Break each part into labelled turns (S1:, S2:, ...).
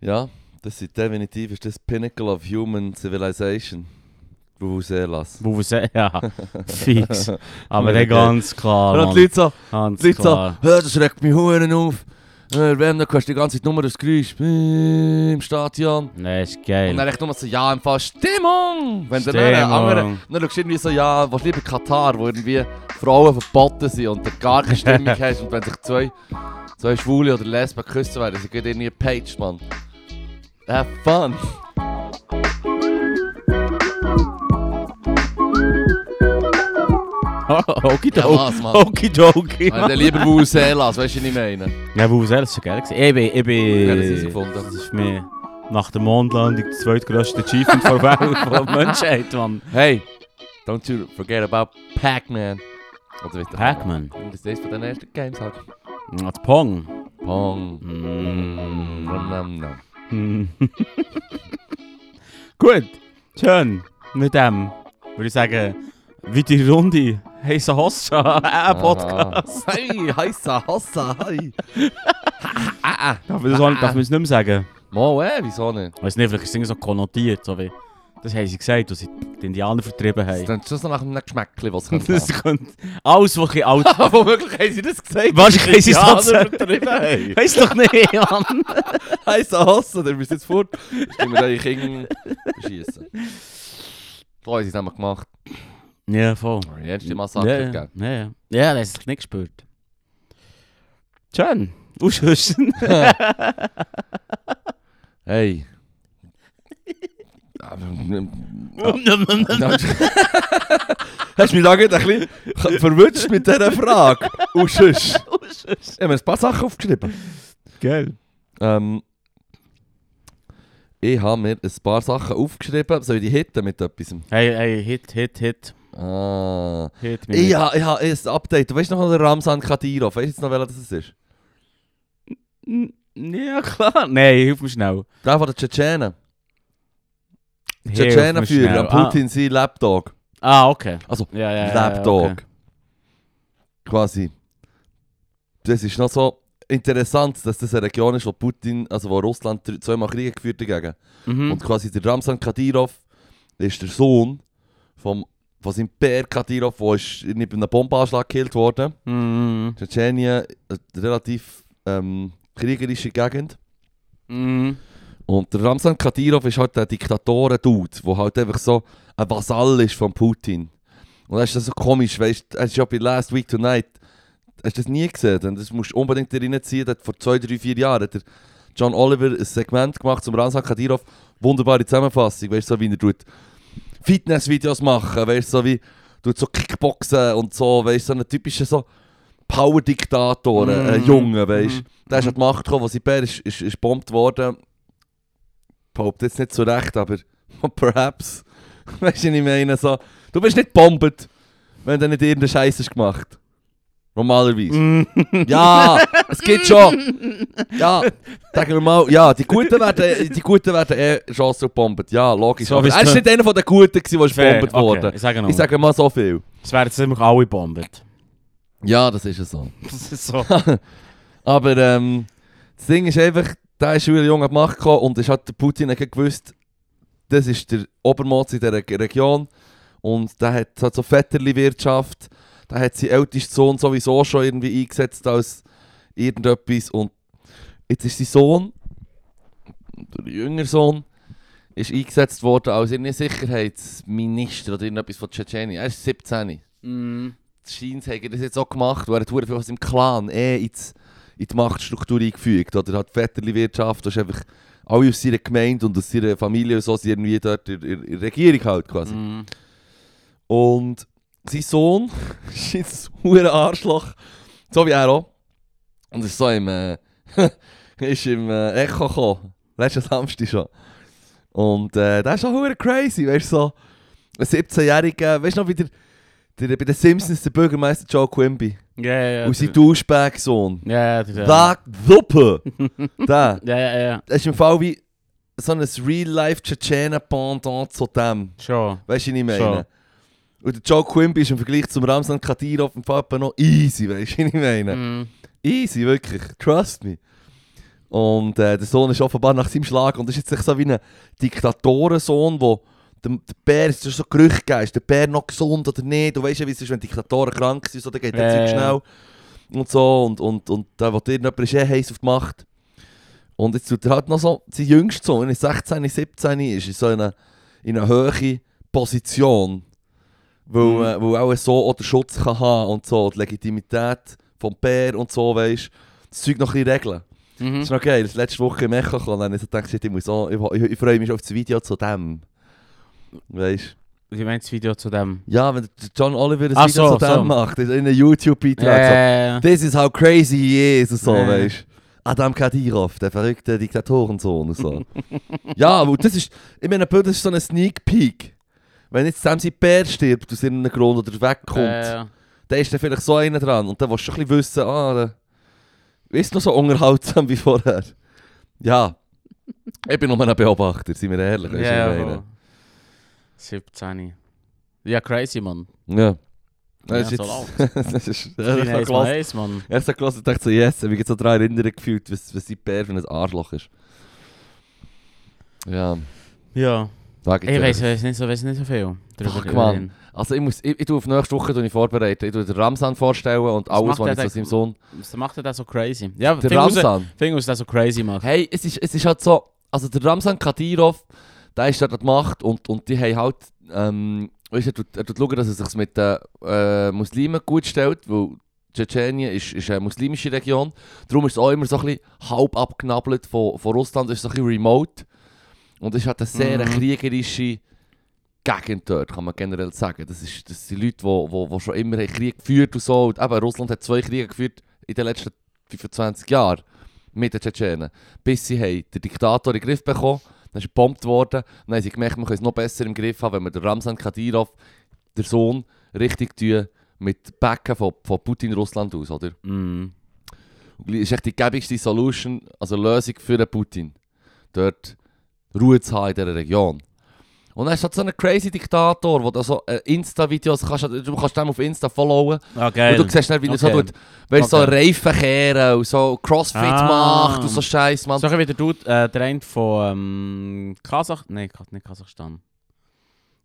S1: Ja, das ist definitiv ist das Pinnacle of Human Civilization. Vuvuzelas.
S2: Vuvuzela, ja, fix. Aber
S1: Mega
S2: dann ganz klar,
S1: Und dann
S2: Mann.
S1: die Leute so,
S2: ganz
S1: die Leute so,
S2: klar.
S1: «Hä, das regt mich Huren auf. Äh, Wenn, dann hörst du die ganze Zeit nur das Geräusch «Bii» im Stadion.
S2: Nein, ist
S1: Und dann
S2: geil.
S1: echt nur so, ja, im Fall Stimmung! Wenn du
S2: Stimmung.
S1: dann anderen, dann schaust du irgendwie so, ja, was lieber Katar, wo irgendwie Frauen verboten sind und du gar keine Stimmung hast und wenn sich zwei, zwei Schwule oder Lesben küssen werden, sie geht irgendwie paged, Mann. Have fun! Ja,
S2: Okidoki.
S1: was, Mann?
S2: Okidoki.
S1: Wenn du lieber Wuselas, weißt du, was ich meine?
S2: Ja, Vuvuzela ist so geil. gewesen. Ich bin, ich bin...
S1: Ja, das ist gefunden.
S2: Das ist mir nach der Mondlandung das zweitgrößte Achievement von der Welt, von der Menschheit, Mann.
S1: Hey, don't you forget about Pac-Man. Oder wie der
S2: Pac-Man.
S1: Das ist von den ersten Games halt.
S2: Ja, Das Pong.
S1: Pong. Mm,
S2: Mm.
S1: nom, nom, nom.
S2: Hm. Gut, schön. Mit dem würde ich sagen, wie die Runde heißer Hossa, ein Podcast.
S1: Hey, heissa, hassa, hey.
S2: Darf man das auch nicht, darf man es nicht mehr sagen?
S1: Mo, eh, wieso nicht?
S2: Weiss nicht, vielleicht ist es so konnotiert, so wie. Das haben sie gesagt, was sie die Indianer vertrieben
S1: Das
S2: haben.
S1: klingt schon so nach einem Geschmäckchen, was es
S2: Das könnte alles, was ein alt
S1: könnte Aber wirklich haben sie das gesagt?
S2: Wahrscheinlich haben sie es tatsächlich-
S1: tatsächlich.
S2: Weiss doch nicht, Mann!
S1: Heissa, hassa, der müsst jetzt fort. Ich muss deine Kinder beschiessen. Da haben sie es nämlich gemacht.
S2: Ja, voll.
S1: Jetzt die Massaker
S2: Ja, ja,
S1: gegeben.
S2: ja. ja. Ja, das ist nicht gespürt. Schön. Ausschüssen.
S1: Hey. Hast Genau. du mich da gerade ein bisschen verwünscht mit dieser Frage? Und sonst? Ich habe mir ein paar Sachen aufgeschrieben.
S2: Geil.
S1: Ähm, ich habe mir ein paar Sachen aufgeschrieben. Soll ich die hitten mit etwas?
S2: Hey, hey, Hit, Hit, Hit.
S1: Ah.
S2: Hit mich.
S1: Ich habe ich ha ein Update. Du weißt noch, der Ramsan Kadirov. Weißt du jetzt noch, welcher das es ist?
S2: N- Ja, klar. Nee, hilf mir schnell.
S1: Der von den Tschetschenen.
S2: Hilf mir
S1: Tschetschenenführer.
S2: schnell.
S1: Am Putin sein Laptop.
S2: nou. Ah, ah okay.
S1: Also,
S2: ja, ja, ja,
S1: Laptop.
S2: okay.
S1: Quasi. Das ist noch so interessant, dass das eine Region ist, wo Putin, also wo Russland dr- zweimal Kriege geführt dagegen.
S2: Mhm.
S1: Und quasi der Ramsan Kadyrov ist der Sohn vom, von seinem Bär Kadyrov, der ist in einem Bombenanschlag gekillt worden.
S2: Mhm.
S1: Tschetschenien, eine relativ ähm, kriegerische Gegend.
S2: Mhm.
S1: Und der Ramsan Kadyrov ist halt der Diktatoren-Dude, der halt einfach so ein Vasall ist von Putin. Und das ist das so komisch, weißt du, er ist ja bei Last Week Tonight, hast du das nie gesehen? Und das musst du unbedingt reinziehen, da hat vor zwei, drei, vier Jahren hat der John Oliver ein Segment gemacht zum Ramsan Kadyrov, wunderbare Zusammenfassung, weißt du, so wie er tut Fitnessvideos machen, weißt du, so wie tut so Kickboxen und so, weißt du, so ein typischer so Power-Diktator, mm. äh,
S2: Mhm.
S1: Junge, weißt du. Der ist
S2: Mhm.
S1: an die Macht gekommen, als sein Bär ist, ist, ist bombt worden. Behauptet jetzt nicht so recht, aber perhaps. Weißt du, was ich meine? So, du bist nicht bombt, wenn du nicht irgendeinen Scheiß hast gemacht. Normalerweise.
S2: Mhm.
S1: Ja, es geht schon. Ja, sagen wir mal, ja, die Guten werden, die Guten werden eh Chance auf Bomben. Ja, logisch.
S2: So
S1: Aber
S2: wie's
S1: er ist
S2: könnt-
S1: nicht einer von den Guten, gewesen, der ist
S2: Fair,
S1: bombt
S2: okay.
S1: worden.
S2: Ich sage noch.
S1: Ich sage mal so viel.
S2: Es werden ziemlich alle gebombt.
S1: Ja, das ist es so.
S2: Das ist so.
S1: Aber ähm, das Ding ist einfach, da ist wieder jung an die Macht gekommen und es hat der Putin hat gewusst, das ist der Obermotz in dieser Reg- Region und der hat, hat so Vetterli-Wirtschaft, da hat sein ältester Sohn sowieso schon irgendwie eingesetzt als irgendetwas und jetzt ist sein Sohn, der jüngere Sohn, ist eingesetzt worden als irgendein Sicherheitsminister oder irgendetwas von Tschetschenien. Er ist 17.
S2: Mhm.
S1: Scheins haben das jetzt auch gemacht, weil er hat viel aus dem Clan eh ins, in die Machtstruktur eingefügt. Oder hat die Väterli-Wirtschaft, das ist einfach alle aus ihrer Gemeinde und aus ihrer Familie und so, sind irgendwie dort in, in, in der Regierung halt quasi.
S2: Mhm.
S1: Und sein Sohn ist jetzt ein verdammter Arschloch, so wie er auch. Und ist so im, äh, ist im äh, Echo gekommen, letzten Samstag schon. Und äh, das ist schon verdammt crazy, weißt du, so ein 17-Jähriger, weißt du noch, wie der, der, bei den Simpsons der Bürgermeister Joe Quimby.
S2: Ja, ja, ja.
S1: Und sein Duschbag-Sohn.
S2: Ja, ja, ja.
S1: Da, Suppe! da.
S2: Ja, ja, ja.
S1: Das ist im Fall wie so ein Real-Life-Tschetschenen-Pendant zu dem.
S2: Schon.
S1: Weißt du, was ich meine?
S2: Schon.
S1: Und der Joe Quimby ist im Vergleich zum Ramsan Kadyrov und Papa noch easy, weißt du, was ich meine?
S2: Mhm.
S1: Easy, wirklich. Trust me. Und äh, der Sohn ist offenbar nach seinem Schlag und ist jetzt so wie ein Diktatorensohn, wo der, der Bär ist so Gerücht gegeben, ist der Bär noch gesund oder nicht? Du weißt ja, wie es ist, wenn Diktatoren krank sind, so, dann geht der
S2: Ja,
S1: Zeug
S2: ja, ja.
S1: schnell. Und so, und, und, und da wird irgendjemand ist eh heiß auf die Macht. Und jetzt tut er halt noch so, sein jüngster Sohn, wenn er 16, 17 ist, in so einer, in einer hohen Position. Weil,
S2: Mhm.
S1: äh, weil auch so auch den Schutz kann haben und so, die Legitimität vom Bär und so, weißt du, das Zeug noch ein bisschen regeln.
S2: Mhm.
S1: Das ist noch geil. Das letzte Woche im Echo gekommen, dann habe ich so gedacht, shit, ich, muss auch, ich, ich, ich freue mich auf das Video zu dem. Weißt
S2: Wie meinst du das Video zu dem?
S1: du? Ja, wenn der John Oliver das
S2: Ach
S1: Video
S2: so,
S1: zu dem
S2: so.
S1: macht, in einem YouTube-Beitrag.
S2: Äh,
S1: So, This is how crazy he is und so,
S2: Ja.
S1: weißt du? Adam Kadirov, der verrückte Diktatorensohn und so. ja, aber das ist, ich meine, das ist so ein Sneak Peek. Wenn jetzt Sam sein Bär stirbt aus irgendeinem Grund oder wegkommt,
S2: äh,
S1: dann ist dann vielleicht so einer dran und dann willst du schon ein bisschen wissen, ah, der ist noch so unterhaltsam wie vorher. Ja, ich bin nur ein Beobachter, sind wir ehrlich. weisst du,
S2: ja,
S1: was ich
S2: voll. 17. Ja, crazy, Mann.
S1: meine? ja. Das ist
S2: Ja, so
S1: jetzt, das ist, ich
S2: Wie
S1: habe
S2: nice, man
S1: gelassen-
S2: heiss, Mann.
S1: ich habe so gelassen und dachte so, yes, ich habe mich so daran erinnert gefühlt, was, was sein Bär für ein Arschloch ist. Ja,
S2: Ja.
S1: da gibt's
S2: Ich
S1: ja-
S2: weiß, weiß nicht so, weiß nicht so viel.
S1: Fuck, Mann. Also ich muss, ich, ich tue auf nächste Woche tue ich vorbereiten, ich tue den Ramsan vorstellen und alles,
S2: macht
S1: was
S2: der
S1: ich zu seinem
S2: denn?
S1: Sohn...
S2: Was macht er das so crazy? Ja,
S1: Der
S2: Finger raus,
S1: Ramsan?
S2: Finger raus, das so crazy macht.
S1: Hey, es ist, es ist halt so, also der Ramsan Kadirov, der ist dort an der Macht und, und die haben halt, ähm, weißt, du, er, tut, er tut schauen, dass er sich mit den äh, Muslimen gut stellt, weil Tschetschenien ist, ist eine muslimische Region, darum ist es auch immer so ein bisschen halb abgenabelt von, von Russland, ist so ein bisschen remote und es hat eine sehr
S2: Mhm.
S1: kriegerische Gegend dort, kann man generell sagen. Das, ist, das sind Leute, die wo, wo, wo schon immer haben Krieg geführt und so und eben, Russland hat zwei Kriege geführt in den letzten 25 Jahren mit den Tschetschenen, bis sie haben den Diktator in den Griff bekommen dann ist gebombt worden. Dann haben sie gemerkt, man können es noch besser im Griff haben, wenn wir den Ramsan Kadyrov, der Sohn, richtig tun mit Backen von, von Putin Russland aus, oder?
S2: Mm.
S1: Und gleich- ist echt die gäbigste Solution, also Lösung für den Putin. Dort Ruhe zu haben in dieser Region. Und dann ist halt so ein crazy Diktator, wo da so äh, Insta-Videos kannst, du du kannst dem auf Insta followen.
S2: Okay.
S1: Und du siehst dann, wie er so
S2: Ähm, Okay.
S1: tut, weißt, so
S2: Okay.
S1: Reifen kehren und so Crossfit
S2: Ah.
S1: macht und so Scheiß, Mann.
S2: So ein bisschen wie der Dude, äh, der eine von ähm, Kasach... Nein, Ka- nicht Kasachstan.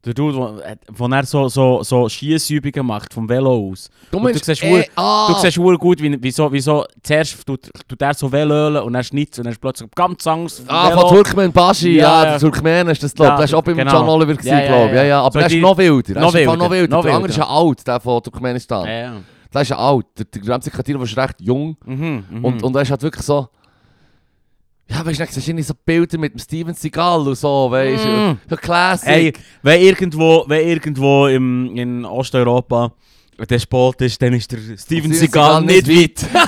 S2: Der Dude, wo, äh, wo er so, so, so Schiessübungen macht, vom Velo aus.
S1: du
S2: du
S1: meinst,
S2: siehst
S1: eh,
S2: wohl-
S1: ah.
S2: Du siehst wohl gut, wie, wieso, wieso zuerst tut, tut er so Velölen und dann schnitzt und dann ist plötzlich ganz Angst vom
S1: Ah,
S2: Velo.
S1: von Turkmen Baschi, ja,
S2: Ja,
S1: der
S2: ja.
S1: Turkmenen ist das, glaub
S2: Ja,
S1: Der ist auch beim
S2: genau.
S1: John Oliver gewesen,
S2: Ja, ja,
S1: glaub ich. Ja,
S2: ja.
S1: ja, aber
S2: So
S1: der ist
S2: die-
S1: noch wilder. Der
S2: noch
S1: ist einfach noch
S2: wilder,
S1: wilder.
S2: noch
S1: Der andere ist ja
S2: wilder.
S1: alt, der von Turkmenistan.
S2: Ja, ja.
S1: Der ist ja alt. Der, der Ramzi Kadyrov ist recht jung.
S2: Mhm, mhm.
S1: Und, und er ist halt wirklich so... Ja, weißt du, siehst du irgendwie so Bilder mit dem Steven Seagal und so, weißt du.
S2: Mm.
S1: So Classic.
S2: Hey, wenn irgendwo, wenn irgendwo im, in Osteuropa ein Despot ist, dann ist der Steven
S1: Steven
S2: Seagal
S1: Seagal
S2: nicht weit.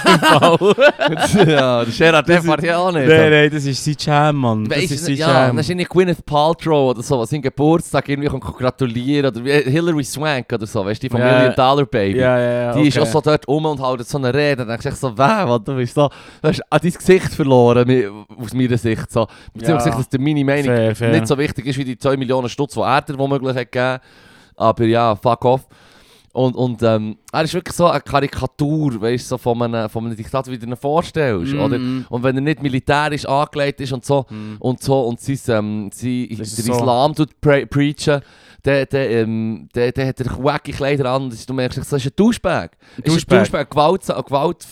S2: Im Fall.
S1: ja, der Gerard
S2: Das
S1: Depp
S2: ist-
S1: ja oh auch nicht.
S2: nein, nein, das ist sein Jam, Mann. Das
S1: Weißt
S2: ist
S1: du,
S2: sein
S1: ja, dann
S2: Jam.
S1: ist irgendwie Gwyneth Paltrow oder so, was seinen Geburtstag irgendwie kann gratulieren oder wie- eh, Hillary Swank oder so, weißt du, die von
S2: Ja.
S1: Million Dollar Baby.
S2: Ja, ja, ja.
S1: Die ist auch so dort rum und hält so eine Rede. Dann denkst du echt so, weh, Mann, du bist so... Du hast an dein Gesicht verloren, mi- aus meiner Sicht. So. Beziehungsweise,
S2: Ja.
S1: dass dir meine Meinung
S2: Fair, fair.
S1: nicht so wichtig ist wie die 2 Millionen Stutz, die er dir womöglich hat gegeben. Aber Ah, ja, fuck off. Und, und ähm, er ist wirklich so eine Karikatur, weißt du, so von einem, von einem Diktator, wie du ihn vorstellst,
S2: Mhm.
S1: oder? Und wenn er nicht militärisch angelegt ist und so,
S2: Mhm.
S1: und so, und sein, ähm, sein der
S2: Das ist so.
S1: Islam tut pre preachen, der, der, ähm, der, der hat er wacky Kleider an, und das ist- du merkst, das ist ein Duschbag. Ist ein
S2: Douchebag.
S1: Duschbag, ein, Gewalt, ein, Gewalt,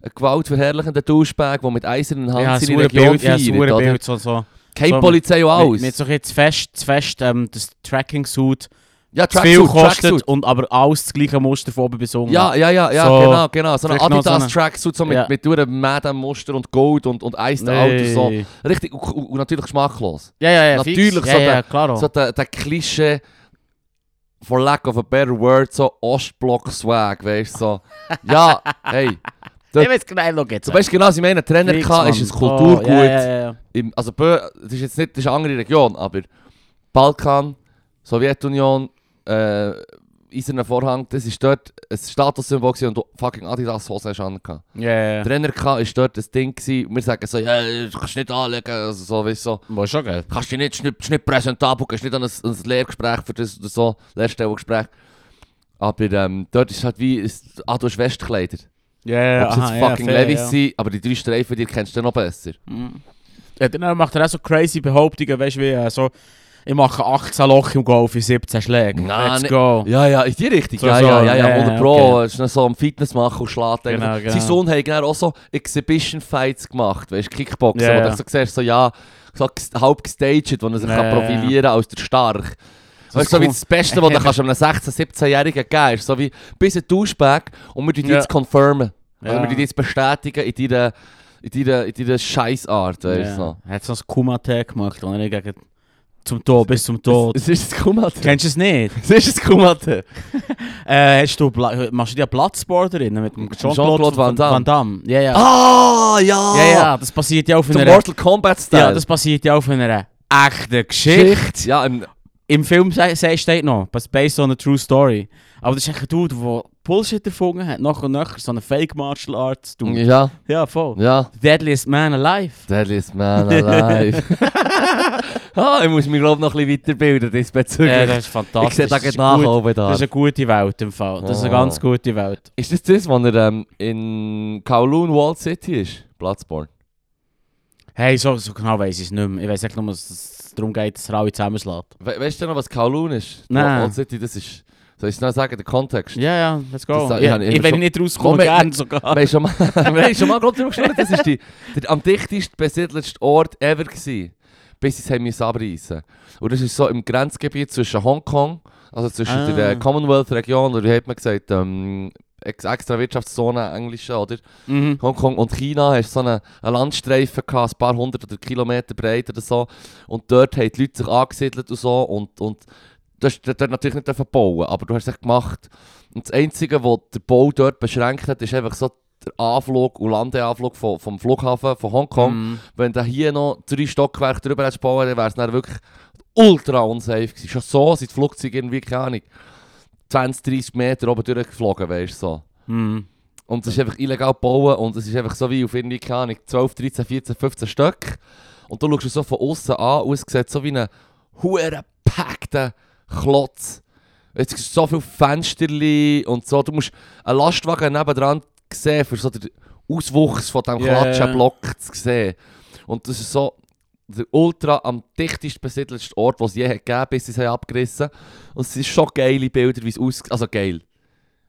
S1: ein gewaltverherrlichender Duschbag, der mit eisernen Hand
S2: Ja,
S1: seine
S2: sauer
S1: Region
S2: Bild, ja,
S1: feiert,
S2: sauer
S1: oder?
S2: Bild, so, so.
S1: Keine
S2: So,
S1: Polizei und
S2: Mit,
S1: alles.
S2: mit so ein bisschen zu fest, zu fest ähm, das Tracking-Suit
S1: ja,
S2: zu viel
S1: Tracksuit,
S2: kostet
S1: Tracksuit.
S2: und aber alles das gleiche Muster von oben bis unten.
S1: Ja, ja, ja, ja
S2: So,
S1: genau, genau. So ein
S2: vielleicht noch so eine-
S1: Adidas-Tracksuit, so mit,
S2: Ja.
S1: mit einem Madame-Muster und Gold und, und Eis Auto.
S2: nee.
S1: So. Richtig, und, und und natürlich geschmacklos.
S2: Ja, ja, ja, fix.
S1: Natürlich,
S2: ja,
S1: so
S2: ja,
S1: der-
S2: klar.
S1: So der, der Klischee, for lack of a better word, so Ostblock-Swag, weißt du, so. Ja, hey.
S2: ich weiß genau, schau jetzt.
S1: Du weißt genau, was ich meine, ein Trainer
S2: Fix,
S1: kann,
S2: Mann.
S1: ist ein Kulturgut.
S2: Oh, ja, ja, ja, ja.
S1: im, also Bö, das ist jetzt nicht das ist eine andere Region, aber Balkan, Sowjetunion, äh, Eiserner Vorhang, das ist dort ein Statussymbol gewesen und du fucking Adidas Hose hast an. Ja.
S2: Ja, ja, ja.
S1: Der NRK war dort ein Ding gewesen, und wir sagen so, ja, du kannst nicht anlegen, also so, weißt du, so.
S2: War schon geil.
S1: kannst dich nicht, schnipp- schnipp präsentabel, gehst nicht an ein, an ein Lehrgespräch für das oder so, Lehrstellungsgespräch. Aber ähm, dort ist halt wie, ist, ah, du hast Westkleider.
S2: Ja, ja,
S1: Ob es jetzt
S2: aha, ja,
S1: fucking
S2: fair,
S1: Levis
S2: ja.
S1: sind, aber die drei Streifen, die kennst du noch besser.
S2: Mhm. Ja, dann macht er auch so crazy Behauptungen, weißt du, wie äh, so, ich mache 18 Loch im Golf in 17 Schlägen.
S1: Nein,
S2: Let's
S1: Nou, nee.
S2: go.
S1: Ja, ja, in die Richtung.
S2: So,
S1: ja,
S2: so,
S1: ja, ja, ja,
S2: ja,
S1: Oder
S2: ja,
S1: Bro, ist noch so am Fitness machen und schlägt.
S2: Genau,
S1: einfach.
S2: genau.
S1: Sein Sohn hat dann auch so Exhibition-Fights gemacht, weißt du, Kickboxen,
S2: Ja,
S1: wo
S2: ja.
S1: du so siehst, so ja, so ges- halb gestaged, wo er sich
S2: Ja,
S1: kann
S2: ja, ja.
S1: profilieren als der Stark.
S2: So
S1: Weißt du, so wie
S2: cool.
S1: das Beste, was du kannst einem 16-, 17-Jährigen geben kannst, so wie bis ein Duschback und wir dich
S2: Ja.
S1: jetzt confirmen. Also
S2: Ja.
S1: wir dich jetzt bestätigen in deiner, in deiner, in deiner Scheißart, weißt du.
S2: Ja.
S1: so.
S2: Er hat so ein Kumate gemacht, wo er gegen zum Tod, bis zum Tod. Eh,
S1: Es, es ist ein Kumate.
S2: Kennst du es nicht?
S1: Es ist ein Kumate.
S2: Äh, hast du, Pla- machst du dir einen Platzboard drin mit dem Jean-Claude
S1: Jean-Claude Van Damme.
S2: Van Damme? Ja, ja.
S1: Ah, ja!
S2: Ja, ja, das passiert ja auf
S1: Zum
S2: einer...
S1: Mortal Kombat-Style.
S2: Ja, das passiert ja auf einer echten Geschichte.
S1: Schicht. Ja, im,
S2: Im Film se- se- steht noch, but based on a true story. Aber das ist echt ein Dude, der Bullshit erfunden hat, nach und nach so eine Fake Martial Arts Dude.
S1: ja,
S2: Ja, voll.
S1: ja.
S2: Deadliest Man Alive.
S1: Deadliest Man Alive. ah, ich muss mich glaube noch ein bisschen weiterbilden diesbezüglich.
S2: Ja, das ist fantastisch.
S1: ich sehe da
S2: Das ist
S1: gerade nach
S2: gut.
S1: oben da.
S2: Das ist eine gute Welt im Fall. Das ist eine
S1: Ah.
S2: ganz gute Welt.
S1: Ist das das, wo er ähm, in Kowloon Walled City ist? Bloodborne.
S2: Hey, so, so genau weiss ich es nicht mehr. Ich weiss echt nur, dass es darum geht, dass er alle zusammenschlägt.
S1: We weißt du noch, was Kowloon ist?
S2: Nein.
S1: Walled City, das ist... Soll ich es noch sagen, der Kontext?
S2: Ja, ja, let's go.
S1: Das- ich
S2: Dus ja,
S1: hab- ich
S2: ich
S1: hab
S2: will
S1: schon-
S2: nicht rauskommen,
S1: Komm, wir-
S2: gerne sogar.
S1: Wir haben schon mal, wir haben schon mal glaub, darüber gesprochen, das ist die, der am dichtest besiedelste Ort ever gewesen, bis sie es haben müssen abreißen. Und das ist so im Grenzgebiet zwischen Hongkong, also zwischen
S2: Ah.
S1: der äh, Commonwealth-Region, oder wie hat man gesagt, ähm, ex- extra Wirtschaftszone, englische, oder?
S2: Mhm.
S1: Hongkong und China hast so einen, einen Landstreifen gehabt, ein paar hundert oder Kilometer breit oder so. Und dort haben die Leute sich angesiedelt und so. Und, und du hast dort natürlich nicht dürfen bauen, aber du hast es gemacht. Und das Einzige, was der Bau dort beschränkt hat, ist einfach so der Anflug und Landeanflug vom, vom Flughafen von Hongkong.
S2: Mhm.
S1: Wenn du hier noch drei Stockwerke drüber hättest bauen, dann wäre es dann wirklich ultra unsafe gewesen. Schon so sind die Flugzeuge irgendwie, keine Ahnung, 20, 30 Meter oben durchgeflogen, weißt du so.
S2: Mhm.
S1: Und es ist einfach illegal gebaut und es ist einfach so wie auf irgendwie, keine Ahnung, 12, 13, 14, 15 Stück. Und du schaust es so von außen an und es sieht so wie ein huere gepackter Klotz. Jetzt siehst du so viele Fensterli und so. Du musst einen Lastwagen nebendran sehen, für so den Auswuchs von diesem
S2: Ja, ja, ja.
S1: Klatschenblock zu sehen. Und das ist so der ultra am dichtest besiedelste Ort, den es je hat gegeben hat, bis sie es haben abgerissen haben. Und es sind schon geile Bilder, wie es aussieht. Also geil.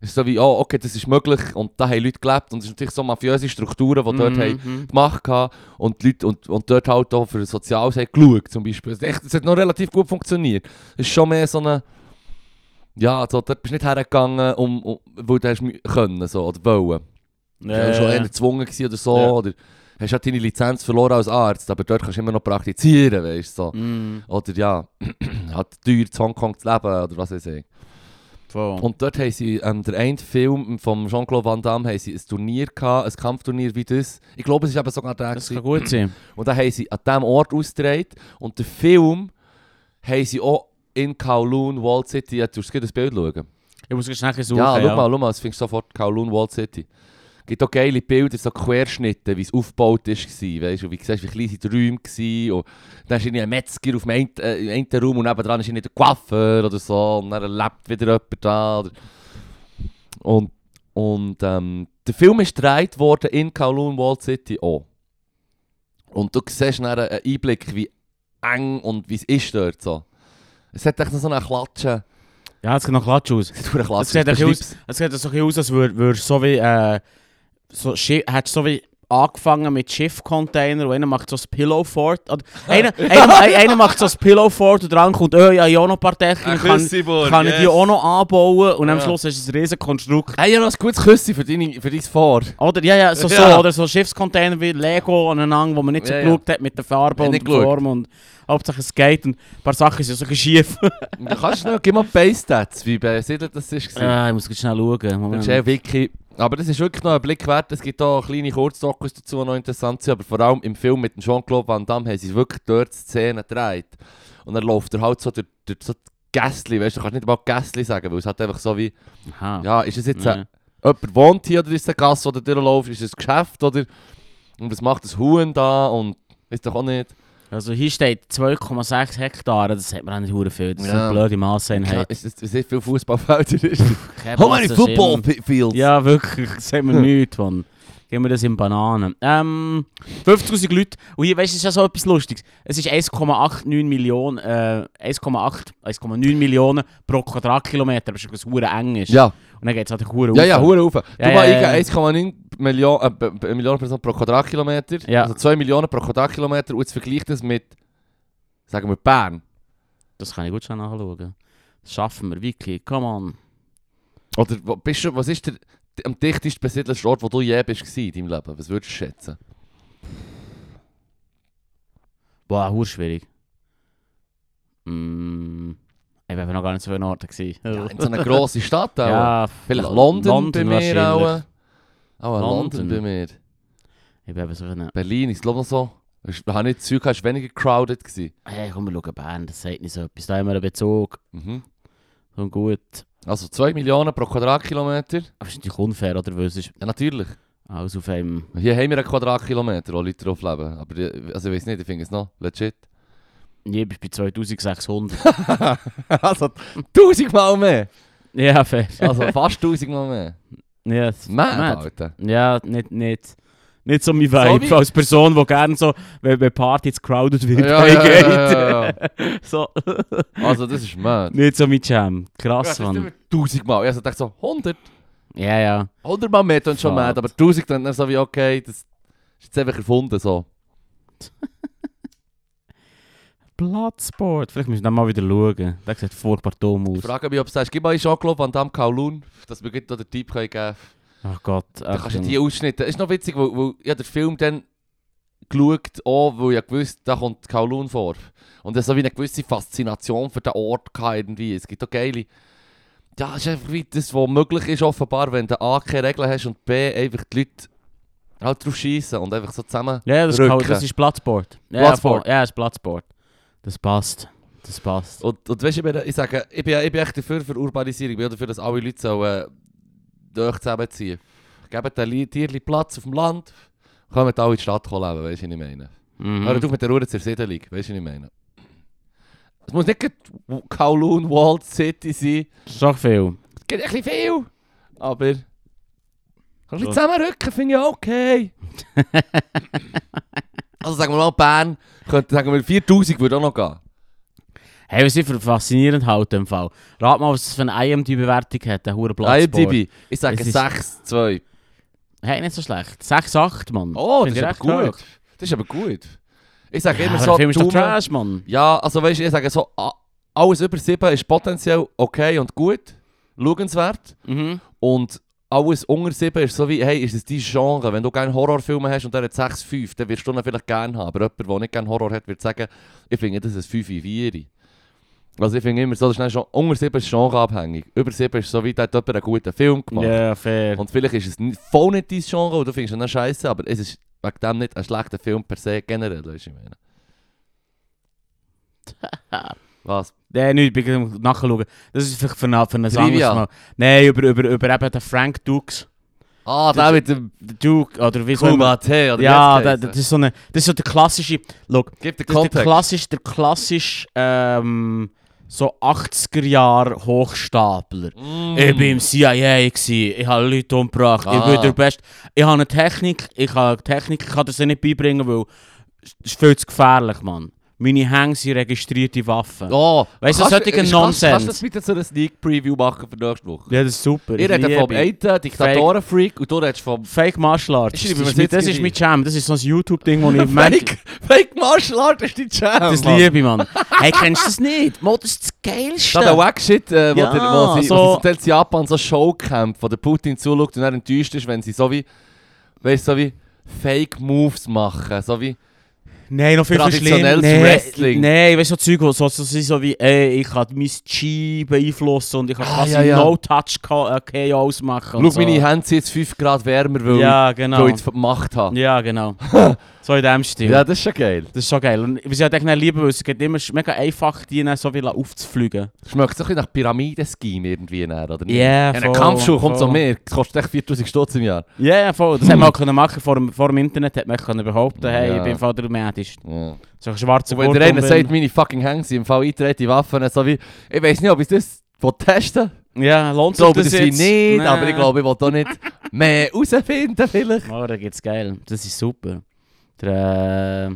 S1: Es ist so wie, oh, okay, das ist möglich und da haben Leute gelebt und es ist natürlich so mafiöse Strukturen, die dort haben
S2: Mhm.
S1: gemacht haben und die Leute und, und dort halt auch für Soziales haben geschaut zum Beispiel. Es, ist echt, es hat noch relativ gut funktioniert. Es ist schon mehr so eine, ja, so, dort bist du nicht hergegangen, um, um, weil du hast mü- können so, oder wollen. Du
S2: Ja,
S1: warst schon
S2: ja,
S1: eher
S2: ja.
S1: gezwungen gewesen oder so,
S2: Ja.
S1: oder hast halt deine Lizenz verloren als Arzt, aber dort kannst du immer noch praktizieren, weißt du, so.
S2: Mhm.
S1: Oder ja, hat teuer in Hongkong zu leben oder was weiß ich.
S2: Voll.
S1: Und dort haben sie, ähm, der einen Film von Jean-Claude Van Damme, haben sie ein Turnier gehabt, ein Kampfturnier wie das. Ich glaube, es war eben sogar der.
S2: Das
S1: gewesen.
S2: kann gut sein.
S1: Und dann haben sie an diesem Ort ausgedreht und den Film haben sie auch in Kowloon, Walled City, ja, du musst gerade das Bild schauen.
S2: Ich muss schnell suchen.
S1: ja, schau mal, schau mal, es findest du sofort Kowloon, Walled City. Es gibt auch geile Bilder, so Querschnitte, wie es aufgebaut ist, gewesen, weißt du, und wie du siehst, wie klein die Räume waren. Und dann ist irgendwie ein Metzger auf dem einen, äh, im einen Raum und nebenan ist irgendwie der Coiffeur oder so und dann lebt wieder jemand da. Oder und und ähm, der Film ist gedreht worden in Kowloon, Walled City auch. Und du siehst dann einen Einblick, wie eng und wie es ist dort so. Es hat echt noch so eine Klatsche.
S2: Ja, es sieht noch klatsch aus.
S1: Es sieht
S2: Es sieht ein bisschen aus- Es sieht so ein bisschen aus, als würdest würd so wie. Äh, so, Schi- hättest so wie angefangen mit Schiffcontainer und einer macht so das Pillow fort. Oder, einer, einer, einer, einer macht so das Pillow fort und dran kommt, oh ja, ich auch noch ein paar Techniken. Kann, kann ich die auch noch anbauen und am
S1: Ja.
S2: Schluss ist es ein riesen Konstrukt.
S1: Hey, ja, noch ein gutes Küssi für, deine, für dein Fahr.
S2: Oder, ja, ja, so, so,
S1: Ja.
S2: Oder so Schiffscontainer wie Lego aneinander, wo man nicht so
S1: Ja, ja.
S2: geschaut hat mit der Farbe
S1: Hat
S2: und der
S1: nicht geschaut.
S2: Form und Hauptsache es geht und ein paar Sachen sind so ein bisschen schief.
S1: Du kannst schnell, gib mal Base-Stats, wie besiedelt das ist. Ja.
S2: Ah, ich muss jetzt schnell schauen.
S1: Das ist
S2: Moment.
S1: eh wirklich... Aber das ist wirklich noch ein Blick wert. Es gibt auch kleine Kurzdokus dazu, die noch interessant sind. Aber vor allem im Film mit dem Jean-Claude Van Damme haben sie wirklich dort Szenen gedreht. Und dann läuft er halt so durch, durch so die Gässli, weißt du, du kannst nicht mal Gässli sagen, weil es hat einfach so wie...
S2: Aha.
S1: Ja, ist es jetzt... äh,
S2: Ja.
S1: ein- jemand wohnt hier oder ist es ein Gasse, der durchläuft, ist es ein Geschäft oder und was macht das Huhn da und ist doch auch nicht.
S2: Also hier steht 2,6 Hektar, das hat man auch nicht hure viel. Das ist
S1: Ja.
S2: eine blöde Masseinheit.
S1: Ist das, wie viel Fußballfelder ist
S2: Keine
S1: How many
S2: Massen
S1: football
S2: stimmen.
S1: pi- fields?
S2: Ja, wirklich, das sehen wir nichts von. Geben wir das in Bananen. Ähm, 50.000 Leute. Und hier, weißt du, ist ja so etwas Lustiges. Es ist 1,89 Millionen, äh, 1,8, 1,9 Millionen pro Quadratkilometer, aber es ist hure eng ist.
S1: Ja,
S2: Und dann geht es halt hure
S1: ja, ja,
S2: rauf.
S1: hure auf.
S2: Ja,
S1: du
S2: ja,
S1: mal
S2: ja.
S1: eingeben, 1,9 Millionen, äh, b- b- Millionen Personen pro Quadratkilometer.
S2: Ja.
S1: Also 2 Millionen pro Quadratkilometer. Und jetzt vergleicht das mit, sagen wir, Bern.
S2: Das kann ich gut schon nachschauen. Das schaffen wir, Vicky, come on.
S1: Oder wo bist du, was ist der d- am dichtest besiedelste Ort, wo du je bist gewesen in deinem Leben? Was würdest du schätzen?
S2: Boah, hure schwierig. Mm, ich war noch gar nicht so vielen Orten. gewesen.
S1: Ja, in so einer grossen Stadt auch.
S2: Ja,
S1: Vielleicht
S2: Lo-
S1: London, bei mir auch.
S2: wahrscheinlich.
S1: Auch London.
S2: London.
S1: bei mir.
S2: Ich bin eben so ein...
S1: Berlin, ich glaube noch so. Ich habe nicht das Gefühl, gehabt, es war weniger crowded. Gewesen.
S2: Hey, komm, wir schauen Bern, das sagt nicht so etwas. Da haben wir einen Bezug.
S1: Mhm.
S2: Und gut.
S1: Also 2 Millionen pro Quadratkilometer.
S2: Aber ist natürlich unfair, oder? Weil es ist
S1: Ja, natürlich.
S2: alles auf einem...
S1: Hier haben wir einen Quadratkilometer, wo Leute drauf leben. Aber die, also ich weiß nicht, ich finde es noch legit.
S2: Nee, Ich bin bei 2600.
S1: also 1000 Mal mehr.
S2: ja, fair.
S1: Also fast 1000 Mal mehr.
S2: Ja, das-
S1: Mad,
S2: Mad.
S1: Alter.
S2: Ja, nicht... nicht. Nicht so mein
S1: So
S2: Vibe,
S1: wie-
S2: als Person, die gerne so, wenn bei Partys crowded wird,
S1: Ja, ja,
S2: eingeht.
S1: ja, ja,
S2: so,
S1: Also das ist mad.
S2: nicht so mein Jam. Krass,
S1: Ja, das ist
S2: Mann.
S1: über 1000 Mal. Ich dachte so 100.
S2: Ja, ja.
S1: 100 Mal mehr tun schon
S2: Schade.
S1: mad, aber 1000 dann so wie okay, das ist jetzt einfach erfunden so.
S2: Bloodsport. Vielleicht müssen wir dann mal wieder schauen. Der sieht furchtbar dumm
S1: Ich
S2: aus.
S1: frage mich, ob du sagst, gib mal Jean-Claude Van Damme Kowloon, dass wir gleich noch den Typ geben können.
S2: Oh, Ach Gott.
S1: Da kannst du
S2: Achtung.
S1: die Ausschnitte. Das ist noch witzig, weil, weil ich hab den Film dann geschaut habe, weil ich gewusst da kommt Kowloon vor. Und das so wie eine gewisse Faszination für den Ort gehabt irgendwie. Es gibt auch geile... Ja, es ist einfach wie das, was möglich ist offenbar, wenn du A, keine Regeln hast und B, einfach die Leute halt drauf schießen und einfach so zusammen...
S2: Ja, das,
S1: Rücken.
S2: kann, das ist Platzsport. Ja,
S1: Platzsport.
S2: voll. Ja, das ist Platzsport. Das passt. Das passt.
S1: Und, und weißt du, ich, bin, ich sage, ich bin, ich bin echt dafür für Urbanisierung, ich bin auch dafür, dass alle Leute sollen äh, dicht zusammenziehen. Gebt den Li- Tierchen Platz auf dem Land, kommen alle in die Stadt kommen leben, weißt du, was ich meine.
S2: Mhm.
S1: Hört auf mit eh der Ruhe zur Siedelung, weißt du, was ich meine. Es muss nicht gerade W- Kowloon, Walled City sein,
S2: Schon viel.
S1: es geht ein bisschen viel, aber... Ein bisschen zusammenrücken finde ich auch okay. also sagen wir mal, Bern, könnte, sagen wir 4000 würde auch noch gehen.
S2: Hey, was ich für faszinierend halte im Fall. Rat mal, was das für eine IMDb-Bewertung hat, der hure Platzsport.
S1: IMDb, ich sage
S2: Es ist-
S1: 6, 2.
S2: Hey, nicht so schlecht. 6-8, Mann.
S1: Oh, das ist
S2: Finde ich
S1: aber
S2: recht
S1: gut.
S2: hoch.
S1: Das ist aber gut. Ich
S2: Ja,
S1: sage immer
S2: aber
S1: so,
S2: der Film ist doch
S1: Daumen-
S2: Trash, Mann.
S1: ja, also weißt du, ich sage so, a- alles über 7 ist potenziell okay und gut, schauenswert.
S2: Mhm.
S1: Und alles unter 7 ist so wie, hey, ist es dein Genre? Wenn du gerne Horrorfilme hast und der hat 6, 5, dann wirst du ihn vielleicht gerne haben. Aber jemand, der nicht gerne Horror hat, wird sagen, ich finde, das ist 5, 4. Also ich finde immer so, das ist dann schon, unter 7 ist genreabhängig. Über 7 ist so wie, da hat jemand einen guten Film
S2: Ja,
S1: gemacht.
S2: fair.
S1: Und vielleicht ist es nicht- voll nicht dein Genre und du findest ihn scheiße, aber es ist wegen dem nicht ein schlechter Film per se generell, weißt du, ich meine. Was?
S2: Nee, nu ben ik hem nachschauen. Das ist vielleicht für eine, für eine
S1: Trivia.
S2: Nein, über, über, über eben den Frank Dukes.
S1: Ah,
S2: Das-
S1: der mit dem
S2: Der Duke, oh, oder wie soll man-
S1: Kumate, oder
S2: Ja,
S1: wie hat's
S2: da, das
S1: geheißen?
S2: ist so eine, das ist so der klassische, look,
S1: Gib den
S2: das ist der
S1: Kontext.
S2: klassisch, der klassisch, ähm, so 80er Jahre Hochstapler.
S1: Mm.
S2: Ich bin im CIA, gsi, ich habe Leute umgebracht, ich
S1: Ah.
S2: bin der Beste. Ich habe eine Technik, ich habe Technik, ich kann das nicht beibringen, weil es ist viel zu gefährlich, Mann. Meine Hänge sind registrierte Waffen.
S1: Oh,
S2: Weißt du,
S1: kannst-
S2: solche
S1: kannst-
S2: Nonsens.
S1: Kannst du das bitte so eine Sneak Preview machen für nächste Woche?
S2: Ja, das ist super.
S1: Ich rede
S2: liebe
S1: vom
S2: ich.
S1: einen Diktatorenfreak und du redest vom
S2: Fake Martial Arts.
S1: Ich
S2: Das
S1: schreibe
S2: ist,
S1: mir
S2: mein,
S1: jetzt
S2: das ist
S1: gleich.
S2: mein Jam. Das ist so ein YouTube-Ding, wo ich merke.
S1: Fake, Fake Martial Art ist dein Jam.
S2: Das
S1: Mann.
S2: liebe ich, Mann. Hey, kennst
S1: dus
S2: du das nicht? Mo, das ist das Geilste.
S1: Da der Wack-Shit, äh, wo,
S2: Ja,
S1: der, wo, sie,
S2: so-
S1: wo sie zum Teil in Japan so Showcamp, wo der Putin zuschaut und er enttäuscht ist, wenn sie so wie, weißt, so wie Fake Moves machen, so wie,
S2: Nein, noch viel, viel schlimmer.
S1: Traditionelles
S2: Nein,
S1: Wrestling.
S2: Nein, weißt du, so Zeug, wo so, so, so, so wie, eh, ey, ich kann mein Chi beeinflussen und ich kann
S1: Ah,
S2: quasi
S1: ja, ja.
S2: No-Touch-KOs machen.
S1: schau,
S2: und so.
S1: meine Hände sind jetzt 5 Grad wärmer, weil,
S2: Ja,
S1: ich, weil
S2: genau.
S1: ich es gemacht habe.
S2: Ja, genau. So in dem Stil.
S1: Ja, das ist schon geil.
S2: Das ist schon geil. Und was ich halt echt nicht liebe, weil es geht immer sch- mega einfach, die dann so wie aufzufliegen.
S1: Schmeckt so ein bisschen nach Pyramiden-Scheme irgendwie näher, oder nicht? Ja,
S2: Ja,
S1: ein Kampfschuh kommt so mehr, kostet echt 4000 Stutz im Jahr.
S2: Ja, ja, voll. Das haben wir auch können machen vor dem, vor dem Internet, hat man können behaupten, hey,
S1: Hmm. Ja.
S2: ich bin im Fall der Medisch.
S1: Ja.
S2: So ein schwarzer
S1: Und wenn
S2: Gurt
S1: der eine
S2: um-
S1: sagt, meine fucking Hände sind im Fall eingetreten, Waffen, so wie, ich weiß nicht, ob ich das will testen
S2: Ja, lohnt
S1: Ich
S2: sich
S1: glaube,
S2: das
S1: das sie
S2: jetzt?
S1: nicht, aber ich glaube, ich will da nicht mehr herausfinden vielleicht.
S2: Oh, da geht's geil. Das ist super. Der, äh,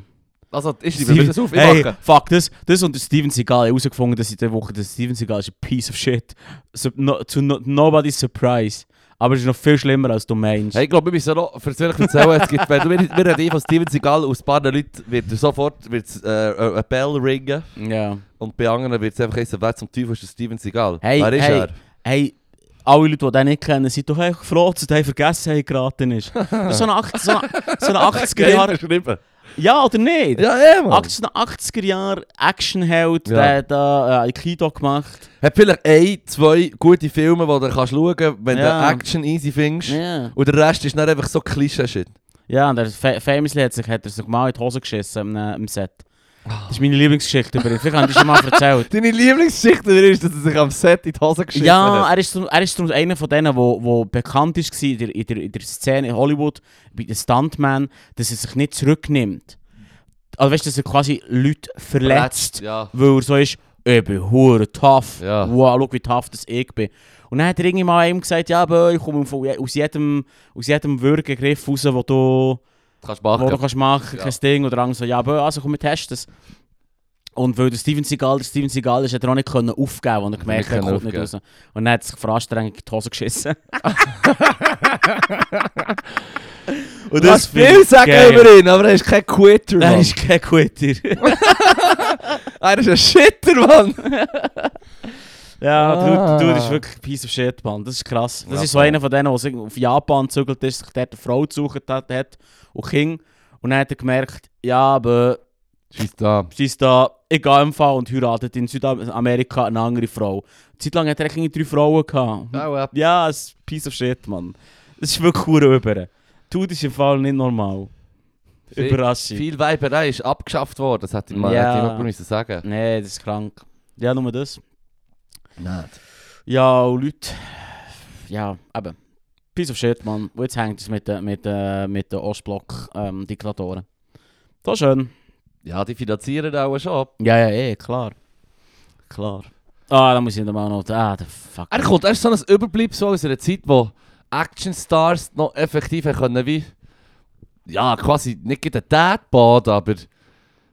S1: Also, ich schreibe mir das auf, ich
S2: hey,
S1: mache.
S2: fuck, das, das und der Steven Seagal, ich habe herausgefunden, dass in der Woche, der Dus Steven Seagal ist ein piece of shit. So, no, to no, nobody's surprise. Aber es ist noch viel schlimmer, als du meinst.
S1: Hey, ich glaube, wir müssen noch für das erzählen, es gibt, wenn du, wir, wir reden hier von Steven Seagal, aus ein paar Leuten wird er sofort wird's, äh, äh, ein Bell ringen
S2: Ja.
S1: und bei anderen wird es einfach heißen, wer zum Teufel ist der Steven Seagal?
S2: Hey,
S1: wer ist
S2: hey.
S1: er?
S2: Hey, alle Leute, die den nicht kennen, sind doch echt froh, dass der vergessen hat, geraten ist. Das ist so ein 80, so ein- so ein 80er Jahre...
S1: geschrieben.
S2: Ja oder nicht?
S1: Ja, ja, Mann.
S2: 80, 80er Jahre Actionheld,
S1: Ja.
S2: der hat da äh, Aikido gemacht.
S1: Hat vielleicht ein, zwei gute Filme, die du kannst schauen kannst, wenn
S2: Ja.
S1: du Action easy findest.
S2: Ja.
S1: Und der Rest ist dann einfach so Klischee-Shit.
S2: Ja, und er, fa famously hat, sich, hat er sich mal in die Hose geschissen im, äh, im Set. Das ist meine Lieblingsgeschichte über ihn. Vielleicht habe ich dir schon mal erzählt.
S1: Deine Lieblingsgeschichte ist, dass er sich am Set in die Hose geschissen
S2: ja,
S1: hat.
S2: er ist, zum- er ist zum- einer von denen, wo, wo bekannt ist gewesen in der, in, der, in der Szene in Hollywood, bei den Stuntmen, dass er sich nicht zurücknimmt. Also weißt du, dass er quasi Leute verletzt,
S1: Ja.
S2: weil er so ist, ich bin hure tough.
S1: Ja.
S2: Wow, schau, wie tough das ich bin. Und dann hat er irgendwann mal ihm gesagt, ja, aber ich komme von je- aus jedem, aus jedem Würgegriff raus, wo du...
S1: Kannst
S2: wo du
S1: machen.
S2: kannst machen,
S1: Ja.
S2: kein Ding. Oder andere so, ja, aber also komm, wir testen es. Und weil der Steven Seagal der Steven Seagal ist, hat er auch nicht können aufgeben und er gemerkt, er
S1: können
S2: kommt nicht raus.
S1: aufgeben.
S2: Und dann hat er sich vor Anstrengung in die Hose geschissen. und
S1: Du hast viel sagen über ihn, aber er ist kein Quitter, Mann.
S2: Er ist kein Quitter.
S1: er ist ein Shitter, Mann.
S2: ja,
S1: Ah.
S2: du, du, das ist wirklich ein piece of shit, Mann. Das ist krass. Das
S1: Ja,
S2: ist so
S1: voll.
S2: einer von denen, der sich auf Japan gezügelt ist, sich dort eine Frau gesucht hat, hat und King. Und dann hat er gemerkt, ja, aber...
S1: Scheiß da.
S2: Sie ist da, ich gehe im Fall und heiratet in Südamerika eine andere Frau. Zeitlang hat er eigentlich irgendwie drei Frauen gehabt.
S1: Au ab.
S2: Ja, es ist piece of shit, Mann. Das ist wirklich hure über. Tut ist im Fall nicht normal.
S1: Viel-
S2: Überraschung.
S1: Viel Weiberei ist abgeschafft worden, das hätte ich mal
S2: Ja.
S1: hätte jemand müssen sagen.
S2: Nee, das ist krank. Ja, nur das.
S1: Nein.
S2: Ja, und Leute. Ja, eben. Piece of shit, Mann. Und jetzt hängt es mit den mit, äh, mit den ähm, Ostblock-Diktatoren. so schön.
S1: Ja, die finanzieren auch schon ab.
S2: Ja, ja, eh, klar. Klar. Ah, da muss ich nochmal noch... Ah, der fuck.
S1: Er kommt, er ist so ein Überbleibsel aus einer Zeit, wo Actionstars noch effektiv haben können, wie. Ja, quasi nicht gerade einen Tatbad, aber.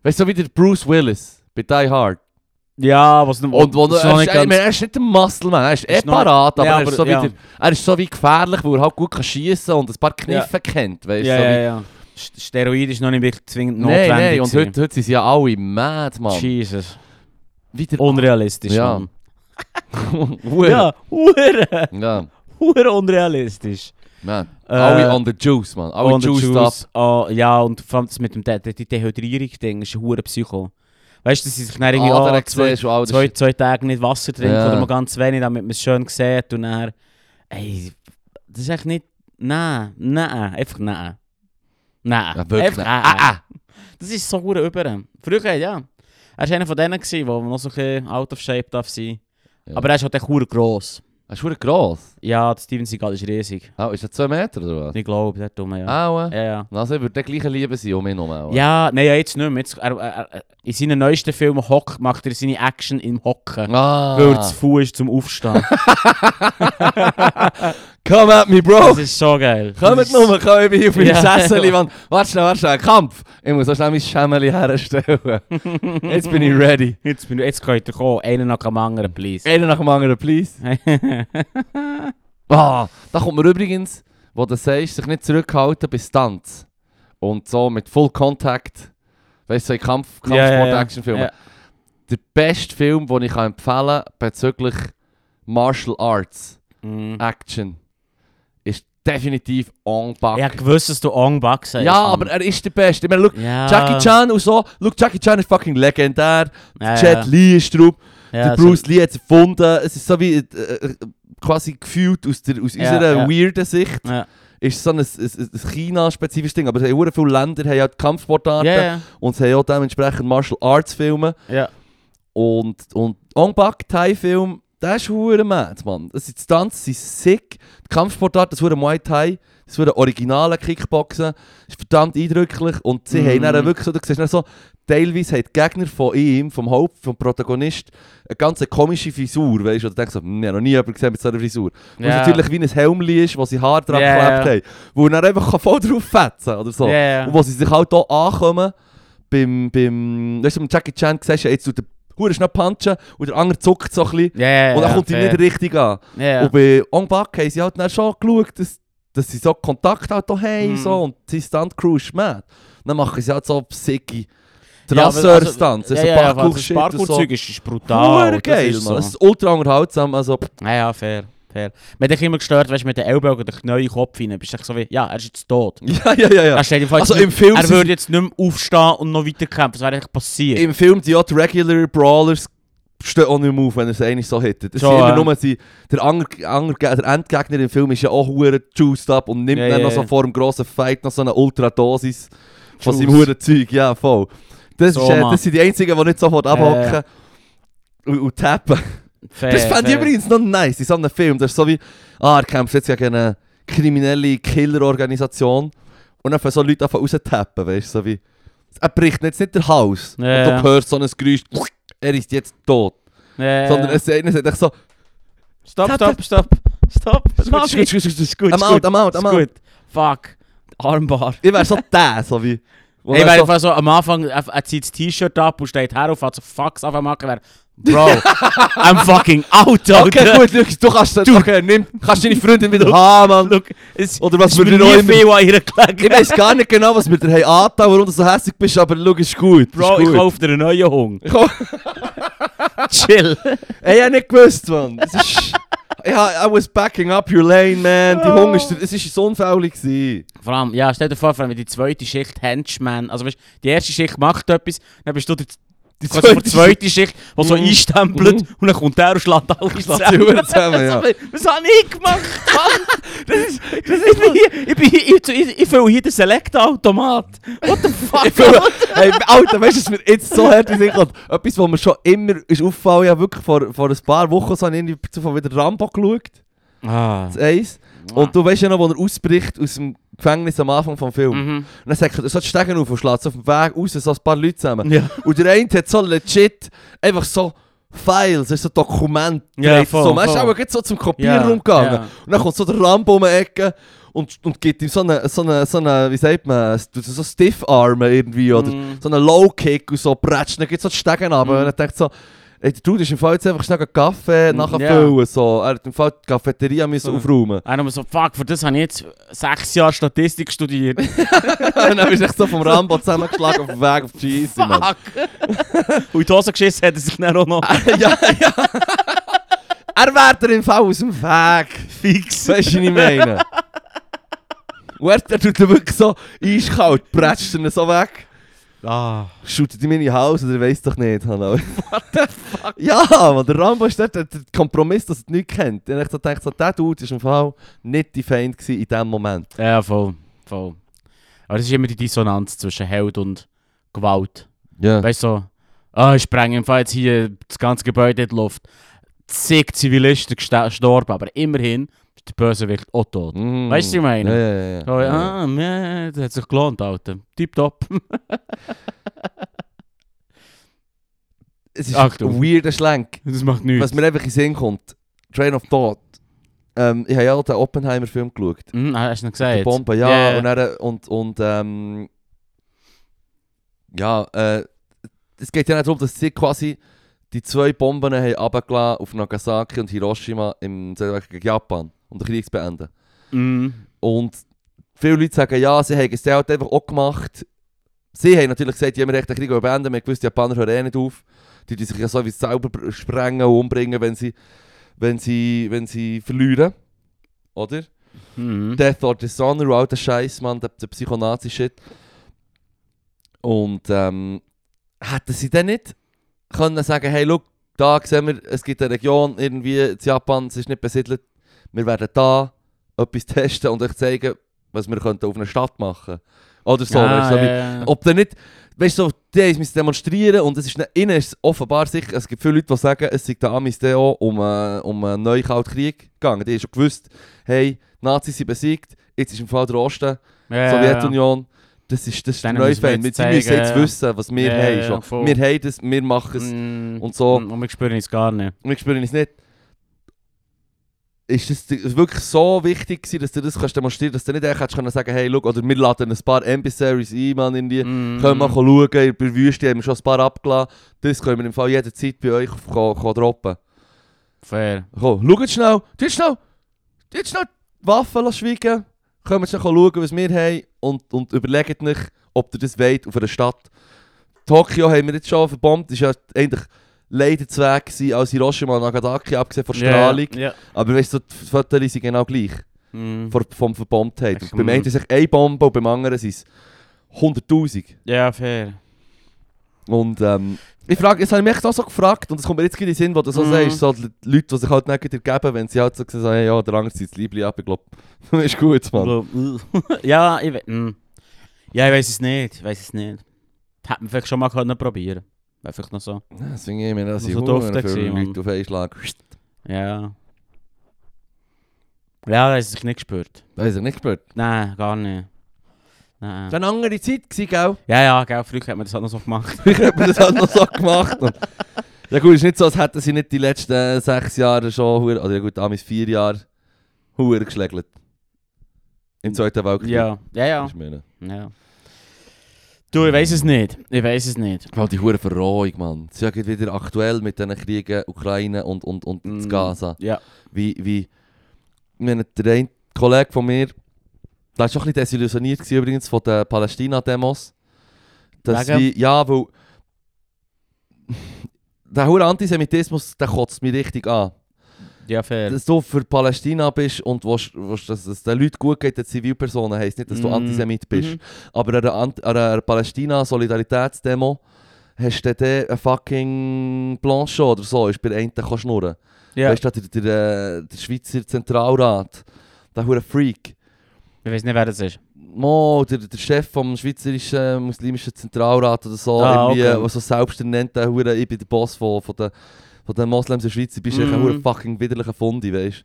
S1: Weißt du, so wie der Bruce Willis bei Die Hard.
S2: Ja, was
S1: Und wo er,
S2: Oh, das ist noch
S1: er,
S2: nicht
S1: ist, ich
S2: ganz-
S1: meine, er ist nicht ein Muscleman, er ist, eh
S2: ist noch-
S1: parat, aber,
S2: Ja,
S1: er,
S2: aber-
S1: ist so
S2: ja.
S1: wie der, er ist so wie gefährlich, weil er halt gut kann schiessen und ein paar Kniffe kennt. Weißt,
S2: ja,
S1: so
S2: ja,
S1: wie,
S2: ja. St- Steroid ist noch nicht wirklich zwingend
S1: Nein,
S2: notwendig.
S1: nein, und
S2: gewesen.
S1: heute, heute sind sie ja alle mad, Mann.
S2: Jesus.
S1: Wieder
S2: Unrealistisch,
S1: Ja.
S2: Mann.
S1: Ja.
S2: Ja, hure,
S1: ja,
S2: hure unrealistisch.
S1: man.
S2: Eh,
S1: alle on the juice, man. Alle
S2: Und der
S1: juiced up.
S2: Äh, Juice, ah, ja, und vor allem das mit dem De De die Dehydrierung-Ding ist ein hure Psycho. Weißt du, dass sie sich dann irgendwie
S1: Ah,
S2: ah,
S1: der
S2: zwei,
S1: siehst du, all das
S2: zwei,
S1: shit.
S2: zwei Tage nicht Wasser trinken
S1: Ja.
S2: oder mal ganz wenig, damit man es schön sieht und dann... Ey, das ist echt nicht... Nein, nein, einfach nein. Nein,
S1: Ja, wirklich.
S2: einfach
S1: Ah,
S2: nein.
S1: ah.
S2: Das ist so gut über. Früher, ja. Er war einer von denen, die noch so ein bisschen out of shape darf sein.
S1: Ja.
S2: Aber er ist halt echt hure gross.
S1: Er ist verdammt gross.
S2: Ja, der Steven Seagal ist riesig.
S1: Oh, ist er 2 Meter oder was?
S2: Ich glaube, der Dumme, ja.
S1: Aua.
S2: Ja, ja.
S1: Also, ich würde der gleiche Liebe sein, um mich herum.
S2: Ja, nein, ja, jetzt nicht mehr. Jetzt, er, er, er, in seinen neuesten Filmen Hock, macht er seine Action im Hocken.
S1: Ah.
S2: Weil er zu faul ist zum Aufstehen.
S1: Come at me, Bro!
S2: das ist so geil. Das
S1: Kommt
S2: ist-
S1: nur, komm, ich bin hier auf meinem
S2: Ja.
S1: Sessel, Mann. Warte schnell, warte schnell, Kampf! Ich muss so schnell mein Schämmeli herstellen. Jetzt bin ich ready.
S2: Jetzt, bin, jetzt könnt ihr kommen. Einen nach dem anderen, please.
S1: Einer nach dem anderen, please. Ah, da kommt mir übrigens, wo du sagst, sich nicht zurückhalten bei Stunts. Und so mit Full Contact, weißt du, so in Kampf, Kampfsport,
S2: Ja, ja, ja.
S1: Actionfilmen.
S2: Ja.
S1: Der beste Film, den ich kann empfehlen kann bezüglich Martial Arts,
S2: Mm.
S1: Action, ist definitiv On Buck.
S2: Ich hab gewusst, dass du dus Ong Bak sagst.
S1: Ja,
S2: Mann.
S1: aber er ist der Beste. Ich meine, look,
S2: Ja.
S1: Jackie Chan und so. Look, Jackie Chan ist fucking legendär.
S2: Ja,
S1: Jet
S2: ja.
S1: Li ist drauf.
S2: Ja,
S1: der Bruce Lee hat es erfunden. Es ist so wie äh, äh, eh, quasi gefühlt aus, der, aus
S2: Ja,
S1: unserer
S2: ja.
S1: weirden Sicht.
S2: Ja.
S1: ist so ein, ein, ein ein China-spezifisches Ding, aber es haben verdammt viele Länder haben halt Kampfsportarten
S2: Ja,
S1: und es haben auch dementsprechend Martial Arts-Filme.
S2: ja.
S1: Und, und Ong Bak Thai-Film, der ist hure mad, Mann. Das sind die Stunts sind sick. Die Kampfsportart, das hure Muay Thai, das hure originale Kickboxen, ist verdammt eindrücklich. Und sie haben
S2: Mhm.
S1: dann wirklich so, du siehst dann so, teilweise haben die Gegner von ihm, vom Haupt, vom Protagonist, eine ganz komische Frisur, weißt du? Und du denkst so, hm, ich habe noch nie jemanden gesehen mit so einer Frisur. Wo es
S2: Ja.
S1: natürlich wie ein Helm ist, wo sie Haar dran
S2: Ja, ja.
S1: geklebt haben. Wo er einfach kann voll drauf fetzen kann oder so.
S2: Ja, ja.
S1: Und wo sie sich halt hier ankommen, beim, beim, weißt du, beim Jackie Chan siehst du, jetzt tut der Hure schnell punchen und der andere zuckt so ein bisschen.
S2: Ja, ja, ja.
S1: und dann kommt
S2: fair.
S1: die nicht richtig an.
S2: Ja.
S1: Und bei Ong Bak haben sie halt dann schon geschaut, dass, dass sie so Kontakt halt auch haben
S2: Mhm.
S1: so, und die Stunt-Crew ist mad. Dann machen sie halt so sicke
S2: Ja, aber
S1: Trasseur-Stunts.
S2: also-
S1: das ist
S2: ja,
S1: so
S2: ja, aber das
S1: Parkour-Shit und so.
S2: Parkour-Zeug ist, ist brutal.
S1: Hure
S2: das
S1: geil,
S2: ist
S1: Mann.
S2: so.
S1: Das ist ultra unterhaltsam. Also,
S2: Ja, ja, fair. fair. Man hat dich immer gestört, weißt du, mit den Ellbogen den Knäuel in den Kopf rein. Bist du echt so wie, ja, er ist jetzt tot.
S1: ja, ja, ja. ja.
S2: Er steht im Fall
S1: Also
S2: jetzt
S1: im
S2: nicht-
S1: Film
S2: Er
S1: sind-
S2: würde jetzt nicht mehr aufstehen und noch weiterkämpfen. Das wäre eigentlich passiert.
S1: Im Film die auch die Regular Brawlers stehen auch nicht mehr auf, wenn er es eigentlich so hittet. Es
S2: So,
S1: sind immer
S2: äh.
S1: nur sie, der, ander, ander, der Endgegner im Film ist ja auch hure juiced up und nimmt
S2: Ja,
S1: dann
S2: ja,
S1: noch so
S2: ja.
S1: vor dem grossen Fight noch so eine Ultradosis von
S2: Juice.
S1: seinem huren Zeug. Ja, voll. Das,
S2: So,
S1: ist, äh,
S2: Mann. Äh.
S1: das sind die einzigen, die nicht sofort abhocken und, und tappen.
S2: Fair,
S1: Das fände ich
S2: fair.
S1: übrigens noch nice in so einem Film. Das ist so wie, ah, er kämpft jetzt gegen eine kriminelle Killerorganisation und dann fangen so Leute einfach raustappen, weißt du, so wie, er bricht jetzt nicht den Hals
S2: Ja,
S1: und du
S2: ja.
S1: hörst so ein Geräusch, er ist jetzt tot.
S2: Ja,
S1: Sondern
S2: ja.
S1: es einer sagt echt so,
S2: Stopp, stopp, stopp. Stopp. Mach ich.
S1: gut, gut, gut,
S2: ist
S1: I'm out, I'm out,
S2: Ist
S1: I'm out.
S2: gut. Fuck. Armbar.
S1: Ich wäre so der, so wie. wo
S2: Ich
S1: er
S2: wäre
S1: so,
S2: einfach so am Anfang, er, er zieht das T-Shirt ab und steht her und fährt so Fucks auf am machen. wäre, Bro, I'm fucking out,
S1: okay, gut, Lukas, du kannst, du, okay, nimm, kannst deine Freundin wieder haben, Mann.
S2: Look, es
S1: Oder was
S2: ist
S1: würde
S2: mir
S1: noch
S2: nie
S1: immer-
S2: viel an ihrer
S1: Ich
S2: gelegen.
S1: weiß gar nicht genau, was wir dir haben angetan, warum du so hässlich bist, aber schau, ist gut. ist
S2: Bro,
S1: gut.
S2: ich kaufe dir einen neuen Hund.
S1: Komm.
S2: Chill.
S1: Ey, ich hab nicht gewusst, Mann. Das ist, ja, I was backing up your lane, man. Die
S2: Oh.
S1: Hunger ist, es ist so unfäullich gewesen.
S2: Vor allem, ja, stell dir vor, vor allem die zweite Schicht Henchman. Also weißt, die erste Schicht macht etwas, dann bist du der
S1: Die
S2: quasi von der
S1: zweite
S2: zweiten Schicht, die so
S1: Mhm.
S2: einstempelt
S1: Mhm.
S2: und dann kommt der und schlägt alle
S1: Schlägt die
S2: zusammen.
S1: Huren zusammen, ja.
S2: Was habe ich gemacht, Mann? Das ist, das ist ich, bin hier, ich, bin hier, ich, ich, ich fülle hier den Select-Automat. What the fuck?
S1: Hey, Alter, weißt du, was mir jetzt so hart in den Sinn kommt? Etwas, was mir schon immer ist aufgefallen ist, wirklich vor, vor ein paar Wochen so, habe ich irgendwie zuvor wieder Rambo geschaut,
S2: ah.
S1: das Eis. Und du weißt ja noch, wo er ausbricht aus dem Gefängnis am Anfang vom Film.
S2: Mhm.
S1: Und dann sagt er, er soll die Stegen auf und schlägt so auf dem Weg raus, so ein paar Leute zusammen.
S2: Ja.
S1: Und der eine hat so legit einfach so Files, also so Dokumente.
S2: Ja,
S1: drauf.
S2: voll,
S1: so, man ist
S2: voll.
S1: auch gerade so zum
S2: Ja,
S1: Kopierraum gegangen.
S2: ja.
S1: Und dann kommt so der Rambo um die Ecke und, und gibt ihm so eine, so eine, so eine wie sagt man, so so Stiff-Arme irgendwie oder
S2: Mhm.
S1: so einen Low-Kick und so bretscht. Dann geht so die Stegen ab und er denkt so, ey, der Dude ist im Fall jetzt einfach schnell einen Kaffee
S2: Mhm,
S1: nachher
S2: ja.
S1: füllen. So. Er hat im Fall die Cafeteria müssen
S2: So.
S1: aufräumen.
S2: Und dann so, fuck, für das habe ich jetzt sechs Jahre Statistik studiert.
S1: und dann ist echt so vom Rambo zusammengeschlagen auf dem Weg auf die Scheisse, Mann.
S2: Und in die Hose geschissen hat er sich dann auch noch.
S1: ja, ja. Er wäre dir im Fall aus dem Weg.
S2: Fix.
S1: Weisst du, was ich meine? Und er, er tut ihn wirklich so eiskalt, bretscht ihn so weg,
S2: Ah.
S1: shootet ihm in die Haus oder weiss doch nicht. Hallo. What the fuck? Ja, weil der Rambo ist dort der, der Kompromiss, dass er es nicht kennt. Und ich so denke, so, der Dude war im Fall nicht die Feind gewesen in diesem Moment.
S2: Ja, voll. voll. Aber das ist immer die Dissonanz zwischen Held und Gewalt.
S1: Ja.
S2: Weißt du, so, ah, ich spreng im Fall jetzt hier das ganze Gebäude in die Luft. Zig Zivilisten gesta- gestorben, aber immerhin ist der Bösewicht auch tot.
S1: Mm.
S2: Weißt du, was ich meine?
S1: Ja, ja, ja.
S2: So, ja, ah, man, das hat sich gelohnt, Alter. Tipptopp.
S1: Es ist
S2: Achtung.
S1: ein weirder Schlenk.
S2: Das macht nichts.
S1: Was mir einfach in den Sinn kommt, Train of Thought. Ähm, ich habe ja auch den Oppenheimer-Film geschaut.
S2: Hm, ah, hast du noch gesagt?
S1: Die Bombe, ja.
S2: Ja, ja.
S1: Und, dann, und, und ähm, ja, äh, es geht ja nicht darum, dass sie quasi die zwei Bomben haben runtergelassen auf Nagasaki und Hiroshima im Zweiten gegen Japan, um den Krieg zu beenden.
S2: Mhm.
S1: Und viele Leute sagen, ja, sie haben es dann halt einfach auch gemacht. Sie haben natürlich gesagt, ja, wir haben den Krieg beenden, wir haben gewusst, die Japaner hören eh nicht auf. Die die sich ja sowieso selber br- sprengen und umbringen, wenn sie, wenn sie, wenn sie verlieren. Oder?
S2: Mhm.
S1: Death or Dishonor, all der Scheiß, Mann, der, der Psychonazi-Shit. Und ähm, hätten sie dann nicht können sagen, hey, look, da sehen wir, es gibt eine Region irgendwie in Japan, es ist nicht besiedelt, wir werden da etwas testen und euch zeigen, was wir könnten auf eine Stadt machen Oder so.
S2: Ja,
S1: weißt, du, so
S2: Ah, ja,
S1: wie, oh,
S2: ja.
S1: Ob dann nicht, weißt du, so, die haben es demonstrieren und es ist dann, innen ist es offenbar sicher, es gibt viele Leute, die sagen, es sei den Amis dann auch um, äh, um einen neuen Kalten Krieg gegangen. Die haben schon gewusst, hey, die Nazis sind besiegt, jetzt ist im Fall der Osten,
S2: ja, Ja,
S1: Sowjetunion, das ist, das ist der
S2: Denen
S1: neue
S2: müssen wir
S1: Feind. Wir
S2: jetzt
S1: die müssen
S2: zeigen,
S1: jetzt
S2: ja.
S1: wissen, was wir
S2: Ja,
S1: haben
S2: ja,
S1: schon.
S2: voll.
S1: wir haben das, wir machen
S2: ja.
S1: es
S2: Mm,
S1: und so.
S2: Und wir spüren es gar nicht.
S1: Und ich spüre es nicht. Ist es dir wirklich so wichtig gewesen, dass du das kannst demonstrieren kannst, dass du nicht einfach hättest können sagen hey, schau, oder wir laden ein paar Emissaries ein, Mann, in die.
S2: Mm.
S1: Können wir schauen, bei der Wüste haben wir schon ein paar abgeladen. Das können wir im Fall jederzeit bei euch ko- ko- droppen.
S2: Fair.
S1: Komm, schaut schnell, tut schnell, tut schnell die Waffen lassen schweigen. Kommt jetzt noch schauen, was wir haben und, und überlegt euch, ob ihr das wollt auf einer Stadt. Tokio haben wir jetzt schon verbombt, ist ja eigentlich leider zu weg gewesen als Hiroshima und Nagasaki, abgesehen von Strahlung.
S2: Ja. ja.
S1: Aber weißt du, die Fotos sind genau gleich,
S2: Mm.
S1: vor, vom Verbombtheit.
S2: Ich-
S1: Und Beim einen ist es eine Bombe und beim anderen sind es 100'000.
S2: ja, fair.
S1: Und ähm, ich frage, jetzt habe ich mich auch so gefragt, und es kommt mir jetzt gerade in den Sinn, wo du so
S2: Mhm.
S1: sagst, so die Leute, die sich halt nicht ergeben, wenn sie halt so gesagt haben, hey, ja, der andere zieht das Liebling ab, ich glaube, ist gut, Mann.
S2: Blu- ja, ich, we mm. ja, ich weiß es nicht. Ich weiß es nicht. Hätte man vielleicht schon mal können probieren Wäre vielleicht noch so.
S1: Ja, Deswegen ich meine, das
S2: Das
S1: sind
S2: war so doof
S1: Hunger
S2: gewesen,
S1: viele
S2: Mann.
S1: Leute auf einen Schlag.
S2: Ja. Ja, das ist nicht gespürt.
S1: Das ist er nicht gespürt.
S2: Nein, gar nicht. Nein.
S1: Das war eine andere Zeit, gewesen, gell?
S2: Ja, ja, gell, früher hat man das halt noch so gemacht.
S1: Ich habe das halt noch so gemacht. Und, ja gut, ist nicht so, als hätten sie nicht die letzten äh, sechs Jahre schon, hure- oder ja gut, damals vier Jahre, Huren geschlägelt. Im Zweiten Weltkrieg.
S2: Ja, ja, ja.
S1: Ich meine,
S2: ja. Du, ich weiß es nicht. Ich weiß es nicht.
S1: Weil die hure Verrohung, Mann. Sie geht wieder aktuell mit diesen Kriegen Ukraine und, und, und
S2: Mm.
S1: mm. Gaza.
S2: Ja.
S1: Wie, wie, wenn der ein Kollege von mir, der war schon ein bisschen desillusioniert gewesen, übrigens von den Palästina-Demos. Dass
S2: Wegen?
S1: wie, ja, weil der hure Antisemitismus, der kotzt mich richtig an.
S2: Ja, fair.
S1: Dass du für Palästina bist und willst, willst, dass es den Leuten gut geht, den Zivilpersonen, heisst nicht, dass du
S2: Mm.
S1: Antisemit bist. Aber an einer, Ant- an einer Palästina-Solidaritätsdemo hast du dann einen fucking Planchon oder so, ist bei einem kann schnurren.
S2: Ja.
S1: Weißt du, der, der, äh, der Schweizer Zentralrat, der hure Freak.
S2: ich weiß nicht, wer das ist.
S1: Mo, der, der Chef vom Schweizerischen äh, Muslimischen Zentralrat oder so,
S2: Ah,
S1: irgendwie, äh,
S2: okay.
S1: was so selbst nennt, der hure, ich bin der Boss von, von den von den Moslems in der Schweiz, du bist echt ein
S2: Mhm.
S1: hure fucking widerlicher Fundi, weißt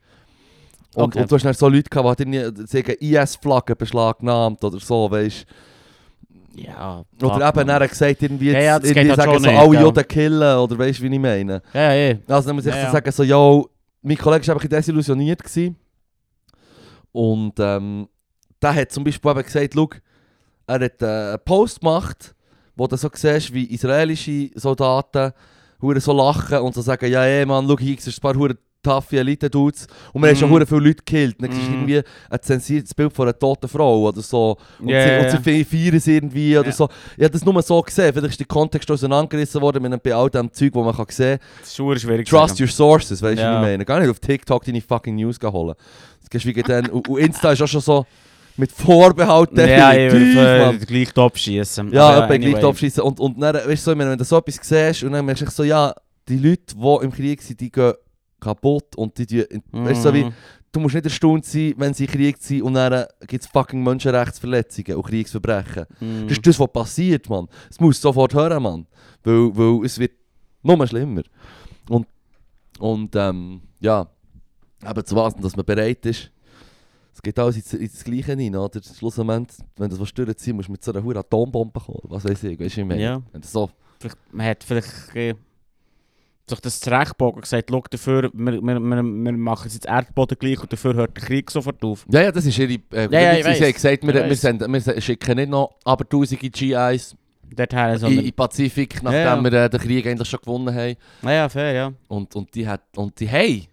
S1: du. Und,
S2: Okay.
S1: und du hast dann so Leute gehabt, die halt irgendwie, äh, sagen, IS-Flaggen beschlagnahmt oder so, weißt du.
S2: Ja.
S1: Oder
S2: fuck,
S1: eben,
S2: Mann.
S1: er hat gesagt, irgendwie,
S2: Ja, ja, das
S1: jetzt, irgendwie
S2: geht halt
S1: sagen
S2: schon
S1: so,
S2: nicht,
S1: alle
S2: ja.
S1: Juden killen, oder weißt du, wie ich meine?
S2: Ja, ja, ja.
S1: Also dann muss ich
S2: Ja,
S1: so
S2: ja.
S1: sagen, so, yo, mein Kollege war einfach ein bisschen desillusioniert. Gewesen. Und ähm, der hat zum Beispiel eben gesagt, schau, er hat äh, einen Post gemacht, wo du so siehst, wie israelische Soldaten hure so lachen und so sagen, ja ey Mann, schau, hier siehst du ein paar hure taffe Elite-Dudes und wir haben schon
S2: Mhm.
S1: hure viele Leute gekillt. Und Dann siehst du
S2: Mhm.
S1: irgendwie ein zensiertes Bild von einer toten Frau oder so. Und,
S2: Ja, ja,
S1: sie, und
S2: ja.
S1: sie fe- feiern es irgendwie oder
S2: Ja.
S1: so. Ich habe das nur so gesehen, vielleicht ist der Kontext auseinandergerissen worden mit einem- bei all dem Zeug, wo man kann sehen
S2: Das ist super schwierig. zu
S1: Trust
S2: sagen.
S1: your sources, weißt du,
S2: Ja.
S1: wie ich meine? Gar nicht auf TikTok deine fucking News Dus holen. Das geschwiegen dann. Und und Insta ist auch schon so mit Vorbehalt
S2: Ja, ich
S1: definitiv,
S2: würde
S1: Mann.
S2: äh, gleich top schiessen.
S1: Ja,
S2: Aber
S1: jemand
S2: anyway.
S1: gleich abschießen. Und, und dann, weißt du, so, ich meine, wenn du so etwas siehst und dann merkst du echt so, ja, die Leute, die im Krieg sind, die gehen kaputt und die, die
S2: Mhm.
S1: weißt du, so wie, du musst nicht erstaunt sein, wenn sie im Krieg sind und dann gibt es fucking Menschenrechtsverletzungen und Kriegsverbrechen.
S2: Mhm.
S1: Das ist das, was passiert, Mann. Es muss sofort hören, Mann. Weil, weil es wird nur schlimmer. Und, und ähm, ja, aber zu was, dass man bereit ist. Es geht alles ins, ins Gleiche rein, oder? Schlussendlich, wenn du das durchziehen musst du mit so einer hohen Atombombe kommen. Was weiß ich, weißt du, ich meine?
S2: Ja.
S1: Wenn du so,
S2: Vielleicht, man hat vielleicht äh, sich das zurechtgebogen und gesagt, schau dafür, wir, wir, wir, wir machen jetzt den Erdboden gleich und dafür hört der Krieg sofort auf.
S3: Ja, ja, das ist ihre. Äh,
S2: Ja, ja, ich
S3: sie
S2: weiss.
S3: hat gesagt, wir,
S2: Ich
S3: wir,
S2: weiss.
S3: senden, wir se- schicken nicht noch aber tausende GIs
S2: Dorthin,
S3: in in
S2: sondern...
S3: den Pazifik, nachdem
S2: ja.
S3: wir äh, den Krieg eigentlich schon gewonnen haben.
S2: Ja, ja, fair, ja.
S3: Und, und die hat und die haben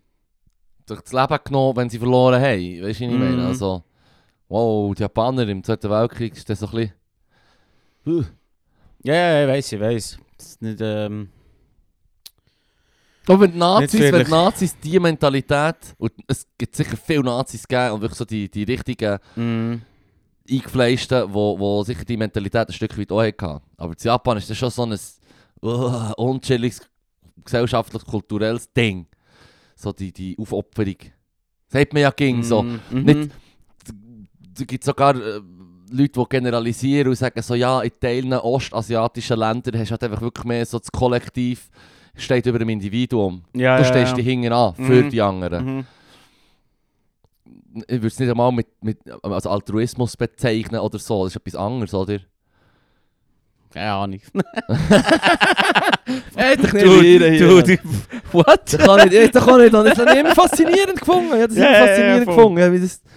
S3: durch das Leben genommen, wenn sie verloren haben. Weißt du, wie ich meine?
S2: Mhm.
S3: Also, wow, die Japaner im Zweiten Weltkrieg ist das so ein bisschen.
S2: Ja, ja, ich weiß, ich weiß. Das ist nicht, ähm...
S3: Aber wenn die Nazis, wenn
S2: vielleicht.
S3: die Nazis die Mentalität, und es gibt sicher viele Nazis gegeben, und wirklich so die, die richtigen
S2: Mm,
S3: Eingefleischten, wo, wo sicher die Mentalität ein Stück weit auch hatten. Aber in Japan ist das schon so ein uh, unchilliges gesellschaftlich-kulturelles Ding.
S2: Mhm.
S3: So die, die Aufopferung. Sagt man ja ging so.
S2: mm,
S3: Nicht-
S1: da gibt sogar äh, Leute, die generalisieren und sagen so, ja, in Teilen ostasiatischer Länder hast du halt einfach wirklich mehr so das Kollektiv steht über dem Individuum.
S2: Ja,
S1: Du
S2: ja,
S1: stehst
S2: ja.
S1: die hinten an, für
S2: Mhm.
S1: die anderen.
S2: Mhm.
S1: Ich würde es nicht einmal mit, mit als Altruismus bezeichnen oder so, das ist etwas anderes, oder?
S2: Keine Ahnung.
S1: Hey, doch
S2: Dude, what?
S1: Das kann ich, ich, das kann ich dann. Das habe ich immer faszinierend gefunden. Ich habe das
S2: Ja,
S1: immer
S2: ja, ja,
S1: faszinierend
S2: voll.
S1: gefunden. Ja, wie das, das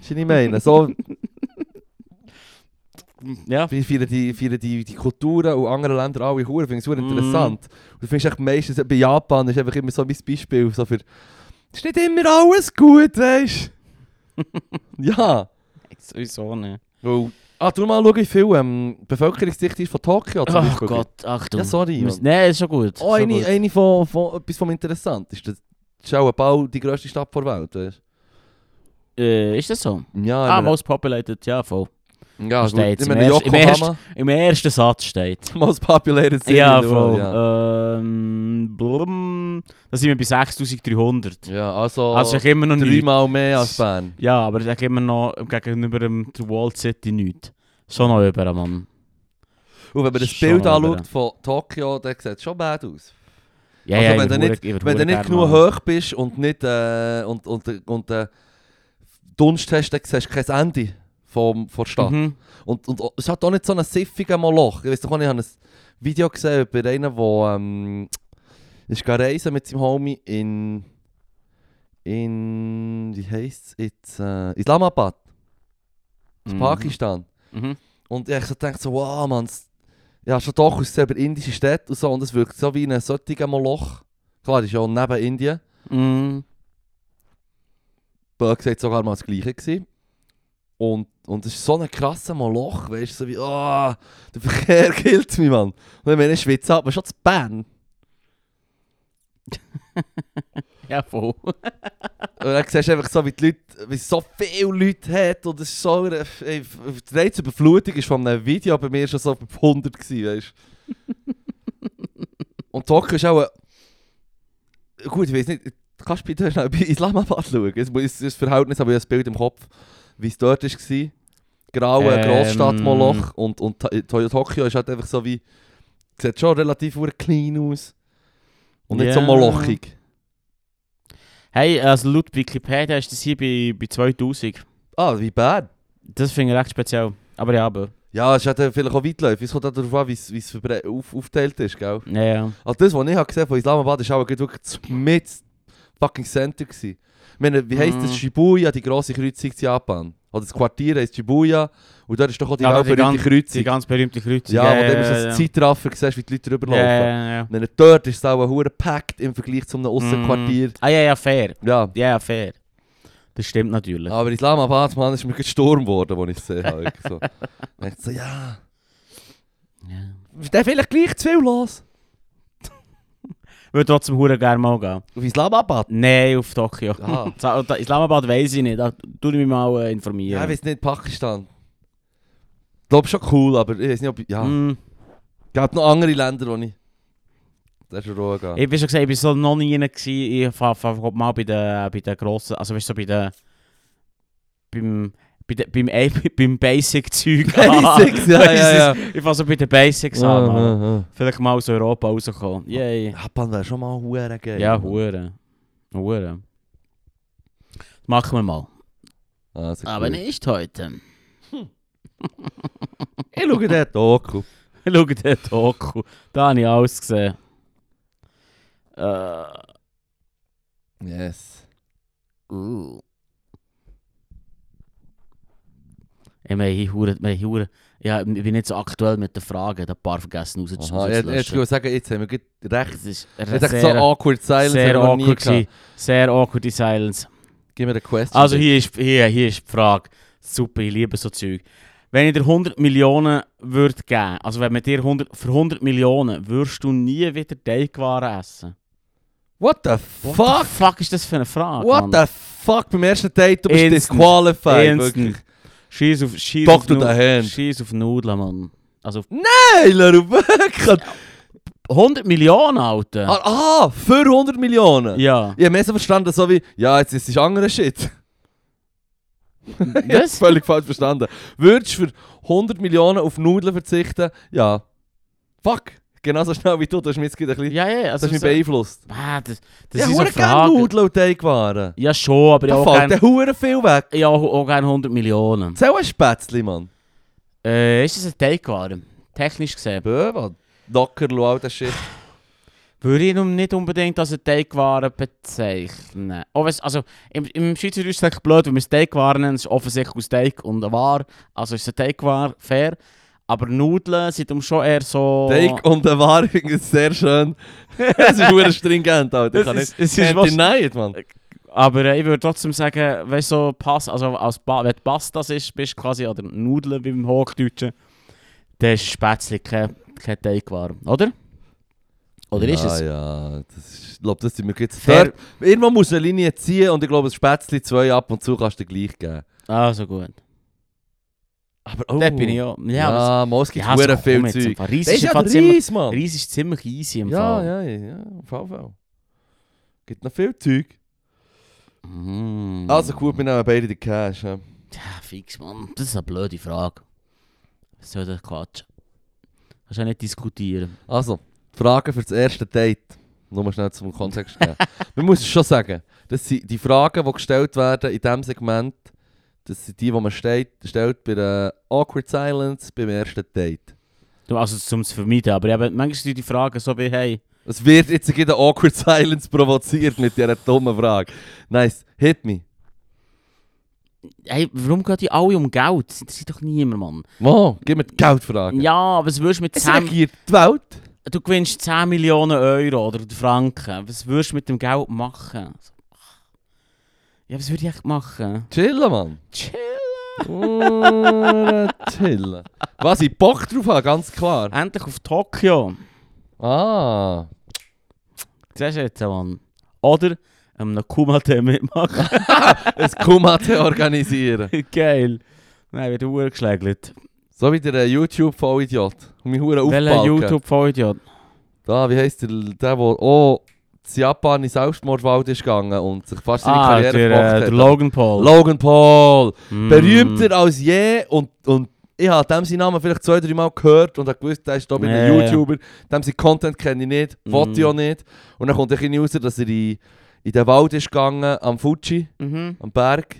S1: ist ja nicht meine. So
S2: Ja.
S1: feiern die, feiern die, die Kulturen und andere Länder alle Huren. Ich finde es super
S2: Mhm.
S1: interessant. Und du findest echt meistens, bei Japan dus ist einfach immer so mein Beispiel. So für, es ist nicht immer alles gut, weißt du? ja.
S2: Sowieso nicht.
S1: Weil, ah, du mal schauen, wie viel ähm, Bevölkerungsdichte ist von Tokio zum
S2: Ach
S1: Beispiel.
S2: Gott, ach du.
S1: Ja, sorry.
S2: Müs- Nein, ist schon gut.
S1: Oh,
S2: schon
S1: eine,
S2: gut.
S1: eine von, von etwas vom Interessantesten. Das ist auch bald die grösste Stadt der Welt, weißt
S2: Äh, ist das so?
S1: du? dus. Ja,
S2: Ah,
S1: ich meine-
S2: most populated, ja voll.
S1: Ja,
S2: Da
S1: gut.
S2: steht's.
S1: Ich
S2: Im
S1: meine,
S2: ersten- im
S1: Yokohama,
S2: Im ersten Satz steht.
S1: most populated city
S2: Ja,
S1: in the world,
S2: voll.
S1: ja.
S2: Ähm, blum, da sind wir bei 6300.
S1: ja, also,
S2: Also ich immer noch nicht.
S1: dreimal mehr als Bern.
S2: Ja, aber ich immer noch gegenüber dem der Walled City nicht. So noch über, Mann.
S1: Und wenn man das
S2: Schon
S1: Bild
S2: noch
S1: anschaut
S2: über.
S1: von Tokio, dann sieht es schon bad aus.
S2: Ja,
S1: Also,
S2: ja,
S1: wenn
S2: ich
S1: du
S2: wär
S1: nicht-
S2: hure- ich wär
S1: Wenn
S2: hure
S1: du nicht
S2: gern
S1: genug
S2: mal.
S1: hoch bist und nicht äh, und, und, und, äh, Dunst hast, dann siehst du kein Ende vom, von der Stadt.
S2: Mhm.
S1: Und, und es hat auch nicht so einen siffigen Moloch. Ich weiß doch auch nicht, ich habe ein Video gesehen über einen, der ähm, ist gegangen reisen mit seinem Homie in. in. wie heisst es jetzt? Äh, Islamabad,
S2: Mhm.
S1: Pakistan.
S2: Mhm.
S1: Und ich habe so gedacht, so, wow, Mann, s- ja, schon doch aus über indische Städte und so. Und es wirkt so wie ein solcher Moloch. Klar, ist ja auch neben Indien.
S2: Mhm.
S1: Böck gesagt sogar mal das Gleiche gewesen. Und, und es ist so ein krasser Moloch, weißt du, so wie, ah, der Verkehr killt mich, Mann. Und wenn man in Schweiz hat, man schon zu Bern.
S2: Ja, voll.
S1: Und dann siehst du einfach so, wie die Leute, wie es so viele Leute hat. Und es ist so, eine- ey, die Reizüberflutung ist von einem Video bei mir schon so auf 100 gewesen, weißt du. und Tokio ist auch ein... Gut, ich weiß nicht, kannst du bitte schnell bei Islamabad schauen? Es muss- es ist das Verhältnis, aber ich habe das Bild im Kopf, wie es dort war. Graue
S2: Ähm.
S1: Grossstadtmoloch und, und To- To- Tokio ist halt einfach so wie... Sieht schon relativ ur- clean aus. Und nicht so
S2: Ja.
S1: molochig.
S2: Hey, also laut Wikipedia ist das hier bei, bei 2000.
S1: Ah, wie Bern.
S2: Das finde ich recht speziell. Aber ja, aber.
S1: Ja, es hat ja vielleicht auch weitläufig. Es kommt auch darauf an, wie es- wie es verbre- auf, aufgeteilt ist, gell?
S2: Ja, ja.
S1: Also das, was ich habe gesehen von Islamabad, ist auch gerade wirklich mit fucking Center gewesen. Ich meine, wie heisst
S2: Mhm.
S1: das? Shibuya, die grosse Kreuzung zu Japan. Oder das Quartier heisst Shibuya. Und dort ist doch auch die
S2: Ja,
S1: ja,
S2: aber die
S1: berühmte
S2: Die
S1: Kreuzung.
S2: ganz berühmte Kreuzung.
S1: ja, wo du immer so
S2: ja,
S1: einen
S2: ja.
S1: Zeitraffer siehst, wie die Leute
S2: ja,
S1: rüberlaufen. Yeah.
S2: ja, ja.
S1: Meine, dort ist es auch ein hoher Packt im Vergleich zu einem Aussenquartier.
S2: Ah, ja, ja, fair.
S1: Ja.
S2: Ja, ja, fair. Das stimmt natürlich.
S1: Aber Islamabad, Mann, ist mir gerade Sturm geworden, als ich es gesehen habe. Ich so. Ich so, ja...
S2: Ja.
S1: Ist der vielleicht gleich zu viel los?
S2: Würde trotzdem hure gerne mal gehen.
S1: Auf Islamabad?
S2: Nein, auf Tokio.
S1: Ah.
S2: Sa- da- Islamabad weiß ich nicht. Da tu mich mal äh,
S1: Ja, ich
S2: informieren.
S1: weiß nicht, Pakistan. Ich glaube schon cool, aber ich weiß nicht, ob. ich- Ja,
S2: Mm.
S1: es gibt noch andere Länder, wo ich. Das ist Ruhe gehen.
S2: Ich bin schon gesagt, ich bin so noch nie rein gsi. Ich fahr, fahr glaub mal bei den, bei den grossen, also weißt du, so bei den, beim, bei den, beim, A- beim Basic-Zeug an.
S1: Basics, ja,
S2: Weißt
S1: ja,
S2: du,
S1: ja.
S2: Ich fahr so bei den Basics
S1: Ja,
S2: an. Mann.
S1: ja, ja.
S2: Vielleicht mal aus Europa rauskommen. Yay.
S1: Japan wäre schon mal Huren geil.
S2: Ja, Hure. Hure. Das Machen wir mal.
S1: Ah, das ist
S2: Aber
S1: cool.
S2: nicht heute.
S1: Ich schaue den Doku.
S2: Schau den Doku. Da habe ich alles gesehen. Äh,
S1: Yes.
S2: uh. Ich meine, ich hure- ich meine, ich hure- ja, ich bin nicht so aktuell mit den Fragen, da ein paar vergessen rauszusch-
S1: Aha, jetzt jetzt
S2: rauszulöschen.
S1: würde ich sagen, jetzt haben wir gleich recht.
S2: Das ist
S1: Ich dachte, so
S2: sehr,
S1: awkward silence
S2: sehr
S1: haben wir noch nie
S2: awkward
S1: gehabt.
S2: gewesen. Sehr awkward die Silence.
S1: Gib mir eine Question.
S2: Also hier ist, hier, hier ist die Frage. Super, ich liebe so Zeug. Wenn ich dir 100 Millionen würde geben, also wenn man dir 100, für 100 Millionen, würdest du nie wieder Teigwaren essen?
S1: What the
S2: What
S1: fuck?
S2: the fuck ist das für eine Frage,
S1: What the fuck? Beim ersten Date, du bist
S2: Instant.
S1: disqualified. wirklich.
S2: Instant. Scheiss auf, scheiss
S1: Doktor
S2: auf, Nu-
S1: dahin.
S2: scheiss auf Nudeln, Mann. Also auf
S1: Heiler, wirklich.
S2: 100 Millionen, Alter.
S1: Ah, ah, für 100 Millionen.
S2: Ja.
S1: Ich habe mehr so verstanden, so wie, ja, jetzt ist es andere Shit.
S2: Was?
S1: Völlig falsch verstanden. Würdest du für 100 Millionen auf Nudeln verzichten? Ja. Fuck. Genauso schnell wie du. Du hast mich jetzt gerade ein bisschen...
S2: Ja, ja, ja.
S1: Das
S2: Also,
S1: hast mich
S2: so,
S1: beeinflusst.
S2: ah, das, das
S1: Ich
S2: ist
S1: habe
S2: so
S1: verdammt gerne
S2: Frage.
S1: Nudeln und Teigwaren.
S2: Ja, schon, aber ich
S1: Da
S2: auch
S1: fällt
S2: gerne
S1: der Huren viel weg.
S2: ja, auch auch gerne 100 Millionen.
S1: Zähl ein Spätzli, Mann.
S2: Äh, ist das ein Teigwaren? Technisch gesehen.
S1: Bö, was? Nockerl und all das Shit.
S2: Würde ich ihn nicht unbedingt als eine Teigware bezeichnen. Oh, weiss, also, im, im Schweizerdeutsch ist es blöd, wenn wir es Teigware nennen, ist es offensichtlich aus Teig und eine Ware. Also ist es eine Teigware, fair. Aber Nudeln sind um schon eher so...
S1: Teig und eine Ware finde ich sehr schön. Es ist hure stringent, Alter. Ich kann nicht...
S2: es
S1: Can't deny it, Mann.
S2: Aber äh, ich würde trotzdem sagen, weißt du, so Pas- also als ba wenn du Pastas ist, bist du quasi, oder Nudeln wie im Hochdeutschen, dann ist Spätzle kein, kein Teigware, oder? Oder ist
S1: ja,
S2: es?
S1: Ah, Ja, das ist, ich glaube, das sind wir jetzt
S2: Fair.
S1: dort. Irgendwann muss eine Linie ziehen und ich glaube, ein Spätzli zwei ab und zu kannst du dir gleich geben.
S2: Also gut.
S1: Aber oh,
S2: Da bin ich auch. Ja, aber
S1: Ja, Moski
S2: Ja,
S1: ja,
S2: also
S1: hure
S2: komm
S1: viel
S2: jetzt
S1: Zeug.
S2: einfach.
S1: Das
S2: Reis
S1: ist
S2: ist,
S1: ja
S2: im Fall
S1: der
S2: ziemlich,
S1: Reis, Mann.
S2: Reis ist ziemlich easy im
S1: Ja,
S2: Fall.
S1: ja, ja, ja, auf jeden Fall. Gibt noch viel Zeug.
S2: Mm.
S1: Also gut, wir nehmen beide den Cash. Ja.
S2: Ja, fix, Mann. Das ist eine blöde Frage. Was soll das quatschen? Kannst du ja nicht diskutieren.
S1: Also, Fragen für das erste Date. Nur mal schnell zum Kontext geben. Man muss es schon sagen, dass sie die Fragen, die gestellt werden in diesem Segment, das sind die, die man steht, stellt bei der Awkward Silence beim ersten Date.
S2: Du, also, um es zu vermeiden, aber eben, manchmal sind die Fragen so wie, hey,
S1: Es wird jetzt wieder Awkward Silence provoziert mit dieser dummen Frage. Nice, hit me.
S2: hey warum gehen die alle um Geld? Das interessiert doch niemand, Mann.
S1: Mo, gib mir die Geldfrage.
S2: Ja, aber was würdest du mit
S1: es
S2: 10...
S1: regiert die Welt.
S2: Du gewinnst 10 Millionen Euro oder Franken. Was würdest du mit dem Geld machen? So, ach. Ja, was würde ich echt machen?
S1: Chillen, Mann.
S2: Chill!
S1: Ure chillen. Was ich Bock drauf habe, ganz klar.
S2: Endlich auf Tokio.
S1: Ah.
S2: Siehst du jetzt, Mann. Oder einem Kumate mitmachen.
S1: ein Kumate organisieren.
S2: Geil. Nein, wird Uhr geschlägelt.
S1: So wie der äh, YouTube-Vollidiot. Und mich Huren
S2: Welcher
S1: aufpalken.
S2: YouTube-Video?
S1: Da, wie heisst der, der, der auch in Japan in Selbstmordwald ist gegangen und sich fast seine
S2: Ah, der,
S1: Karriere
S2: äh, der
S1: gemacht hat.
S2: Logan Paul.
S1: Logan Paul.
S2: Mm.
S1: Berühmter als je und, und ich habe dem seinen Namen vielleicht zwei, drei Mal gehört und habe gewusst, der ist da bei einem
S2: Ja, ja.
S1: YouTuber. Dem sein Content kenne ich nicht,
S2: Mhm.
S1: wollte ich auch nicht. Und dann kommt ein bisschen raus, dass er in, in den Wald ist gegangen, am Fuji,
S2: Mhm.
S1: am Berg.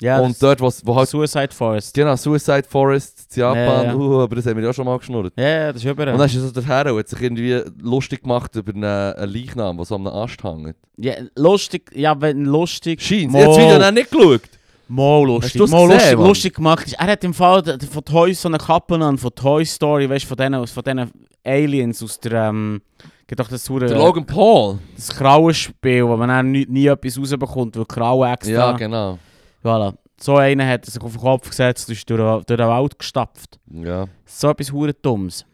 S2: Ja,
S1: und dort, wo, wo halt,
S2: Suicide Forest.
S1: genau, Suicide Forest, in
S2: Ja,
S1: Japan,
S2: ja.
S1: Uh, aber das haben wir ja schon mal geschnurrt.
S2: Ja, ja, das ist über.
S1: Und dann ist er so dorthin und hat sich irgendwie lustig gemacht über einen, einen Leichnam, der so am Ast hängt.
S2: Ja, lustig, ja, wenn lustig.
S1: Scheint.
S2: Mo.
S1: Ich habe das Video dann nicht geschaut.
S2: Mal
S1: Hast
S2: lustig.
S1: du's
S2: Mal
S1: gesehen,
S2: lustig,
S1: Mann?
S2: lustig gemacht. ist. Er hat im Fall d- d- von Toy so eine Kappe an, von Toy Story, weißt du, von diesen von denen Aliens aus der. Ähm, geht doch das hure-
S1: Der Logan Paul.
S2: das graue Spiel, wo man dann nie, nie etwas rausbekommt, weil graue extra.
S1: Ja, genau.
S2: voilà. So einer hat er sich auf den Kopf gesetzt und ist durch, durch den Wald gestapft.
S1: Ja.
S2: So etwas hure Dummes.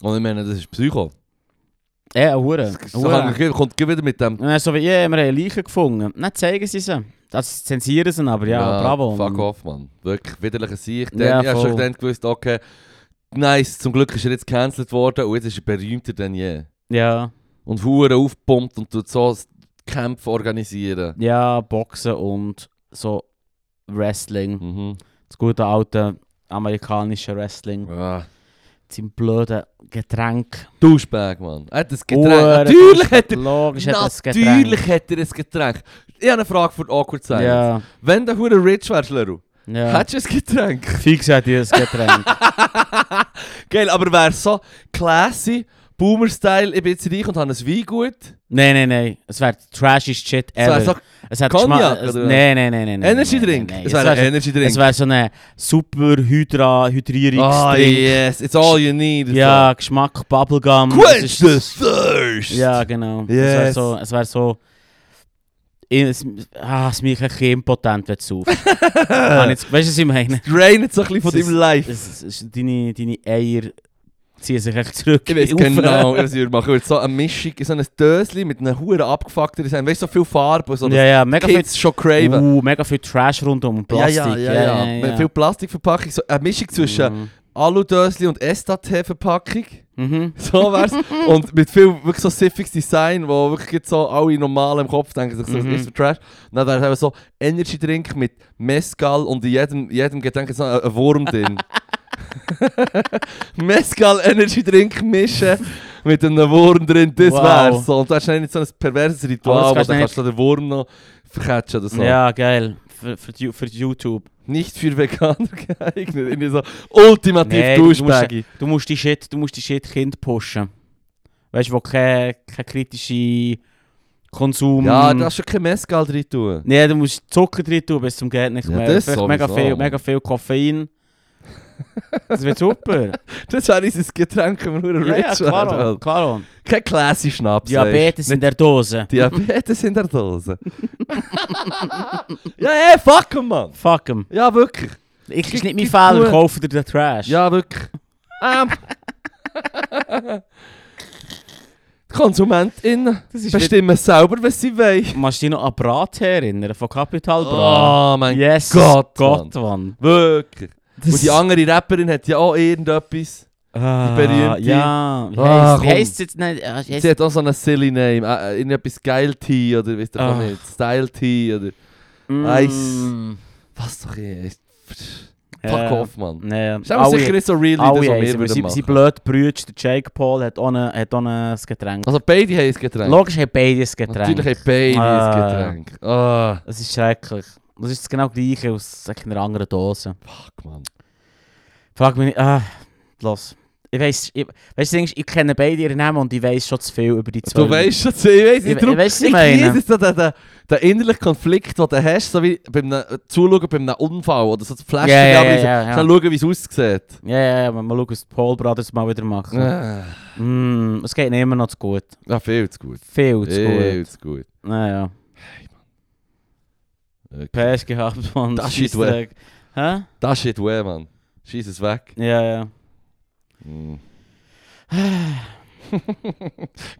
S1: Und ich meine, das ist Psycho.
S2: Ja, äh, hure.
S1: Das
S2: hure.
S1: kann, kommt gleich wieder mit dem.
S2: Und dann so wie, ja, wir haben eine Leiche gefunden. Dann zeigen sie sie. Das zensieren sie, aber ja, bravo.
S1: Fuck off, Mann. Wirklich widerliche Sicht.
S2: Ja,
S1: Ja, ich habe
S2: voll.
S1: schon dann gewusst, okay, nice, zum Glück ist er jetzt gecancelt worden und jetzt ist er berühmter denn je.
S2: Ja,
S1: Und Huren aufgepumpt und tut so Kämpfe organisieren.
S2: ja, Boxen und so Wrestling.
S1: Mhm.
S2: Das gute alte amerikanische Wrestling.
S1: Ah.
S2: Sein blöden Getränk.
S1: Duschbag, Mann. Er hat ein Getränk.
S2: Hure
S1: Natürlich hat er
S2: Logisch hat er das Getränk.
S1: Natürlich hat er ein Getränk. Ich habe eine Frage für die Awkward Science.
S2: Ja,
S1: Wenn du hure rich wärst, Leru,
S2: ja.
S1: hättest du ein Getränk?
S2: Fix hat er das Getränk.
S1: Geil, aber wär so classy, Boomer-Style, ich bin jetzt reich und habe ein Weingut.
S2: Nein, nein, nein. Es wäre trashest shit
S1: Das
S2: ever.
S1: wär so
S2: es hat
S1: Cognac,
S2: Geschmack. es-
S1: oder?
S2: Nein, nein, nein, nein. nein,
S1: Energy
S2: nein,
S1: Drink.
S2: nein, nein.
S1: Es wäre
S2: wär so-
S1: ein Energy
S2: Es
S1: Drink.
S2: wäre so ein eh, super Hydra
S1: Ah,
S2: Hydrierungsdrink.
S1: yes, it's all you need.
S2: Oh, ja, Geschmack Bubblegum.
S1: Quench
S2: Es
S1: the
S2: ist-
S1: thirst!
S2: dus- Ja, genau.
S1: Yes.
S2: Es wäre so... Es wär so es, ah, es mich ein bisschen impotent, wenn du saufst. Kann ich jetzt- Weißt du, was ich meine?
S1: Drainet so ein bisschen von
S2: Es ist-
S1: deinem Life.
S2: Es, es, deine, deine Eier ziehen sich echt zurück.
S1: Ich weiß
S2: Auf-
S1: genau, was ich würde machen. Ich würde so eine Mischung, so ein Döschen mit einem hohen abgefuckten Design. Weißt du, so viel Farbe, und so
S2: ja, ja, mega
S1: dass
S2: viel,
S1: Kids schon craven.
S2: uh, mega viel Trash rundum und Plastik. Mm.
S1: Ja, ja, ja, ja. Mit Viel Plastikverpackung, so eine Mischung zwischen Aludösli und Estate-Verpackung.
S2: Mhm.
S1: So wär's. und mit viel wirklich so siffiges Design, wo wirklich jetzt so alle normal im Kopf denken, sich so,
S2: Mhm.
S1: das ist für Trash. Und dann wär's eben so Energy-Drink mit Mescal und in jedem, jedem Getränk ist noch ein, ein Wurm drin. Mescal-Energy-Drink mischen mit einem Wurm drin, das
S2: Wow.
S1: wär's. So. Und du hast dann nicht so ein perverses
S2: Aber das
S1: Ritual, wo
S2: kannst du
S1: dann
S2: nicht-
S1: kannst du den Wurm noch verketschen oder so.
S2: Ja, geil. Für, für, die- für die YouTube.
S1: Nicht für Veganer geeignet. Irgendwie so ultimativ
S2: Nee,
S1: nee,
S2: du musst Du musst die Shit, du musst die Shit Kind pushen. Weißt du, wo kein kein kritische Konsum.
S1: Ja, da hast schon kein Mescal drin tun.
S2: Nee, du musst Zucker drin tun, bis zum Geld nicht
S1: Ja,
S2: mehr.
S1: das
S2: Vielleicht mega
S1: sowieso.
S2: viel, mega viel Koffein. Das wird super.
S1: Das wäre unser Getränk, wenn wir
S2: ja, ja,
S1: rich
S2: klaro, klaro.
S1: Kein classy Schnaps.
S2: Diabetes in der Dose.
S1: Diabetes in der Dose. ja, ey, fuck him, Mann.
S2: Fuck 'em.
S1: Ja, wirklich.
S2: Ich ist nicht
S1: Gib-
S2: mein
S1: gib
S2: Fehler,
S1: gut.
S2: kaufe dir den Trash.
S1: Ja, wirklich. Ähm. Die KonsumentInnen
S2: das ist
S1: bestimmen selber, was sie wollen.
S2: Machst du dich noch an Brat erinnern von Capital Bra?
S1: Oh mein
S2: yes,
S1: Gott,
S2: Gott, Mann.
S1: Wirklich.
S2: Das-
S1: Und die andere Rapperin hat ja auch irgendetwas.
S2: Ah,
S1: berühmte-
S2: Ja, wie
S1: Ah,
S2: heisst- wie
S1: komm.
S2: heisst es jetzt? Nein, ah, wie heisst-
S1: Sie hat auch so einen silly Name. Äh, äh, irgendetwas Geil Tea oder weißt du
S2: Ah.
S1: auch nicht. Style Tea oder
S2: Mm.
S1: Eis. was doch eh. Fuck
S2: Ja.
S1: off, Mann.
S2: Nee,
S1: Ist aber
S2: alle-
S1: sicher nicht so real,
S2: alle
S1: wie das, was
S2: heissen,
S1: wir
S2: weil sie,
S1: würden
S2: sie
S1: machen.
S2: blöd brütsch, der Jake Paul hat auch ein hat auch ein Getränk.
S1: Also beide haben ein Getränk.
S2: Logisch haben beide ein Getränk.
S1: Natürlich haben beide
S2: Ah.
S1: ein Getränk. Ah,
S2: Das ist schrecklich. Das ist genau das gleiche aus einer anderen Dose.
S1: fuck, Mann.
S2: Frag mich nicht. Ah, los. Ich weiss, ich, weißt du, das Ding ist, ich kenne beide ihren Namen und ich weiss schon zu viel über die zwei.
S1: Du weißt schon, ich weiss, ich,
S2: Ich-
S1: drum-
S2: ich weiss, was
S1: ich
S2: ich meine.
S1: genieße so den, den, den innerlichen Konflikt, den du hast, so wie beim einem- Zuschauen bei einem Unfall oder so das Flash
S2: Ja, ja,
S1: aber
S2: ja, ja, ja.
S1: schnell schauen, wie es aussieht.
S2: Ja, ja, ja, mal schauen, was die Paul Brothers mal wieder machen.
S1: Ah,
S2: Mm, es geht nicht immer noch zu gut.
S1: ah, viel zu gut.
S2: Viel zu
S1: Viel
S2: gut.
S1: zu gut.
S2: Naja.
S1: Okay.
S2: Pech gehabt, Mann.
S1: Das
S2: Scheissdreck.
S1: ist wack.
S2: Hä?
S1: Das shit weh, Mann. Scheiß es weg.
S2: Ja, ja.
S1: Mm.
S2: Das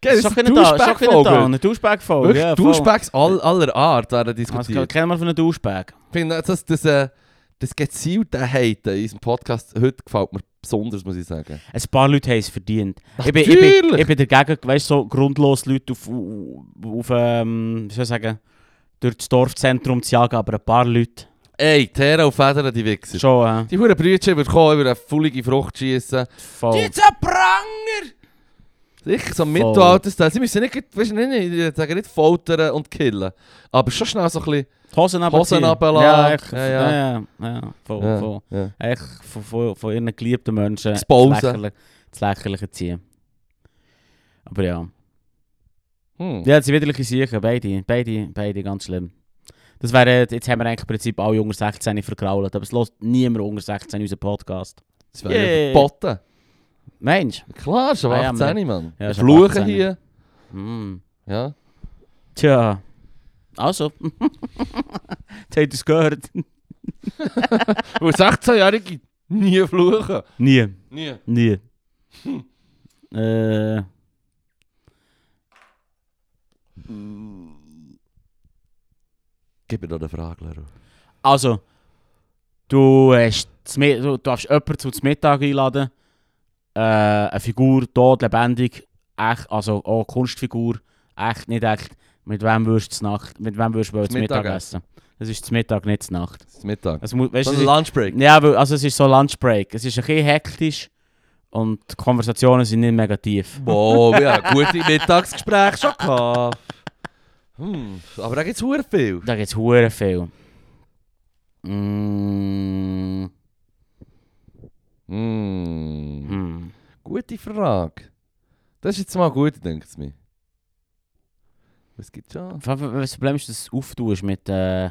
S1: Geil,
S2: ist
S1: das ist
S2: doch
S1: eine
S2: keine Da- ist doch keine
S1: Duschback-Folge.
S2: Downer. Duschback-Folge.
S1: Wirklich,
S2: Ja, voll.
S1: Duschbacks all, aller Art werden
S2: Was
S1: diskutiert.
S2: kennen wir von einem Duschback?
S1: Ich finde, das, das, äh, das gezielte Haten in unserem Podcast heute gefällt mir besonders, muss ich sagen.
S2: Ein paar Leute haben es verdient. Ich bin, ich, bin,
S1: Natürlich.
S2: ich bin dagegen, weißt du, so grundlos Leute auf, auf ähm, wie soll ich sagen, durch das Dorfzentrum zu jagen, aber ein paar Leute
S1: Ey, Terra und Federn, die Wichser.
S2: schon äh,
S1: Die Huren Brüche würden kommen, über eine fullige Frucht schießen.
S2: voll.
S1: sind Pranger! Sicher, so ein
S2: Oh. Voll.
S1: Mittelalter-Style. Sie müssen nicht, weißt du, nicht, nicht, ich sage nicht foltern und killen. Aber schon schnell so ein bisschen.
S2: Die Hosen runterziehen.
S1: Hosen runterlassen.
S2: Ja, echt,
S1: Ja, ja.
S2: ja, ja, ja, voll,
S1: Ja,
S2: voll.
S1: ja.
S2: Echt von, von, von ihren geliebten Menschen
S1: Das Pausen.
S2: Lächerli- das Lächerliche ziehen. Aber ja.
S1: Hm.
S2: Ja, sie widerliche Siechen, beide, beide, beide, ganz schlimm. Das wäre, jetzt haben wir eigentlich im Prinzip alle unter 16 vergrault, aber es lässt niemand unter 16 unseren Podcast.
S1: Das wäre
S2: Yeah.
S1: ja verboten.
S2: Mensch.
S1: Klar, schon
S2: Ah, ja,
S1: 18, Mann.
S2: Ja, schon
S1: Fluchen
S2: 18.
S1: hier.
S2: Hm.
S1: Ja.
S2: Tja. Also. Jetzt habt ihr es gehört.
S1: Und 16-Jährige nie fluchen.
S2: Nie.
S1: Nie.
S2: Nie. äh.
S1: Gib mir noch eine Frage, Leru.
S2: Also. Du, hast zu Mi- du darfst jemanden zu Mittag einladen. Äh, eine Figur, tot, lebendig. Echt, also auch Kunstfigur. Echt, nicht echt. Mit wem würdest du Nacht, mit wem würdest du
S1: Zum
S2: zum Mittag
S1: Mittagessen.
S2: essen? Das ist zum Mittag, nicht zur Nacht.
S1: Es ist Mittag.
S2: Es muss, weißt,
S1: So
S2: du,
S1: ein
S2: es ist-
S1: Lunchbreak.
S2: Ja, weil, also es ist so Lunchbreak. Es ist ein bisschen hektisch und die Konversationen sind nicht mega tief.
S1: Wow, ja, gute Mittagsgespräche schon gehabt. Hm, aber da gibt es sehr viel.
S2: Da gibt es hure viel. Mm,
S1: Hm,
S2: hm.
S1: gute Frage. Das ist jetzt mal gut, denkt es mir. Was gibt schon?
S2: Vor allem, Das Problem ist, dass du es auftust mit, äh,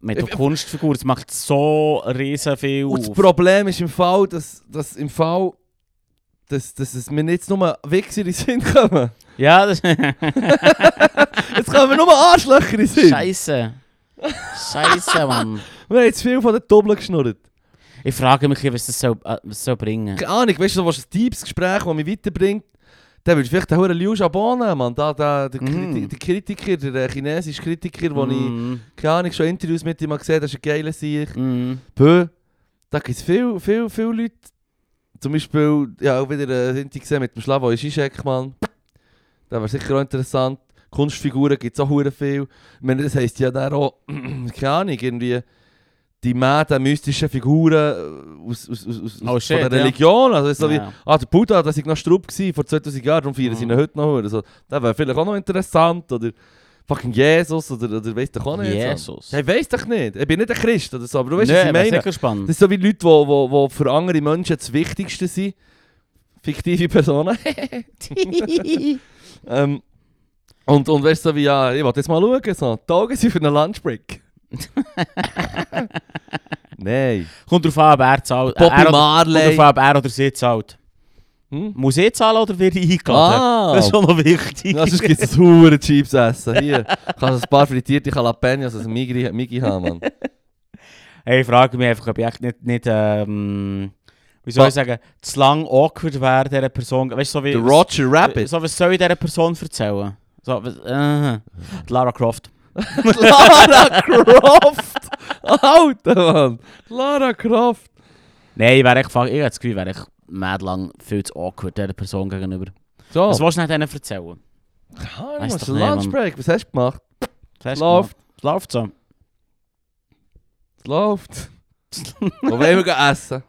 S2: mit der
S1: Ich- ich-
S2: Kunstfigur. Es macht so riesen viel
S1: Und das
S2: auf.
S1: Problem ist im Fall, dass, dass im Fall, dass, dass es mir nicht nur Wichser in den Sinn kommen.
S2: Ja, das
S1: Jetzt kommen nur Arschlöcher in den Sinn.
S2: Scheiße. Scheiße, Mann.
S1: Wir haben jetzt viel von der Doppel geschnurrt.
S2: Ich frage mich, was das soll, äh, was soll bringen
S1: Keine Ahnung, weißt du, du willst ein deepes Gespräch, das mich weiterbringt, dann würdest du vielleicht den Huren Liu Jabone, Mann, da, da, der, Kriti
S2: Mhm.
S1: der Kritiker, der äh, chinesische Kritiker, wo ich,
S2: Mm,
S1: keine Ahnung, schon Interviews mit ihm gesehen habe, das ist ein geiler Sieg.
S2: mm.
S1: Bö, Da gibt es viel, viel, viel Leute. Zum Beispiel, ja, auch wieder einen Sinti gesehen mit dem Slavoj Žižek, Mann. Das wäre sicher auch interessant. Kunstfiguren gibt es auch hure viel. Ich meine, das heisst ja dann auch, keine Ahnung, irgendwie die Mäden, mystischen Figuren äh, aus, aus, aus, aus
S2: Oh
S1: von
S2: shit,
S1: der
S2: ja.
S1: Religion. Also, so wie,
S2: Ja. Mhm.
S1: ah, der Buddha, das war noch Strupp gewesen, vor 2000 Jahren, darum feiern sie ihn heute noch. hure. Also, das wäre vielleicht auch noch interessant. Oder fucking Jesus, oder, oder weißt du
S2: Oh,
S1: auch nicht. so.
S2: Jesus.
S1: Hey, weiss doch nicht. Ich bin nicht ein Christ oder so, aber du weißt, was
S2: Nee,
S1: ich
S2: wär
S1: meine.
S2: sicher spannend.
S1: Das ist so wie Leute, die wo, wo für andere Menschen das Wichtigste sind. Fiktive Personen. ähm, und, und weißt du, so wie, ja, ich wollte jetzt mal schauen, so, die Augen sind für einen Lunchbreak. Nein.
S2: Kommt drauf an, ob er zahlt.
S1: Bobby
S2: er oder-
S1: Marley.
S2: Kommt drauf an, ob er oder sie zahlt.
S1: Hm?
S2: Muss ich zahlen oder werde ich eingeladen?
S1: Ah,
S2: Das ist schon noch wichtig.
S1: ja, sonst gibt es ein hure Chips essen. Hier, kannst du ein paar frittierte Jalapenos als Migi, Migi haben, Mann.
S2: Hey, ich frage mich einfach, ob ich echt nicht, nicht ähm, wie soll
S1: Ba-
S2: ich sagen, zu lang awkward wäre dieser Person. Weißt du, so wie.
S1: Der Roger Rabbit.
S2: So, was soll ich dieser Person erzählen? So, was, äh, die Lara Croft.
S1: Lara Croft! Alter, Mann. Lara Croft.
S2: Nein, ich wäre echt, fa- ich hätte das Gefühl, wäre ich mad lang viel zu awkward dieser Person gegenüber.
S1: So.
S2: Was willst du nicht denen erzählen?
S1: Ah,
S2: Weiss
S1: was
S2: doch
S1: ein
S2: nicht,
S1: Lunchbreak. Was hast du gemacht?
S2: Das hast du
S1: Läuft.
S2: gemacht. Es läuft so.
S1: Es läuft. Wo wollen wir gehen essen?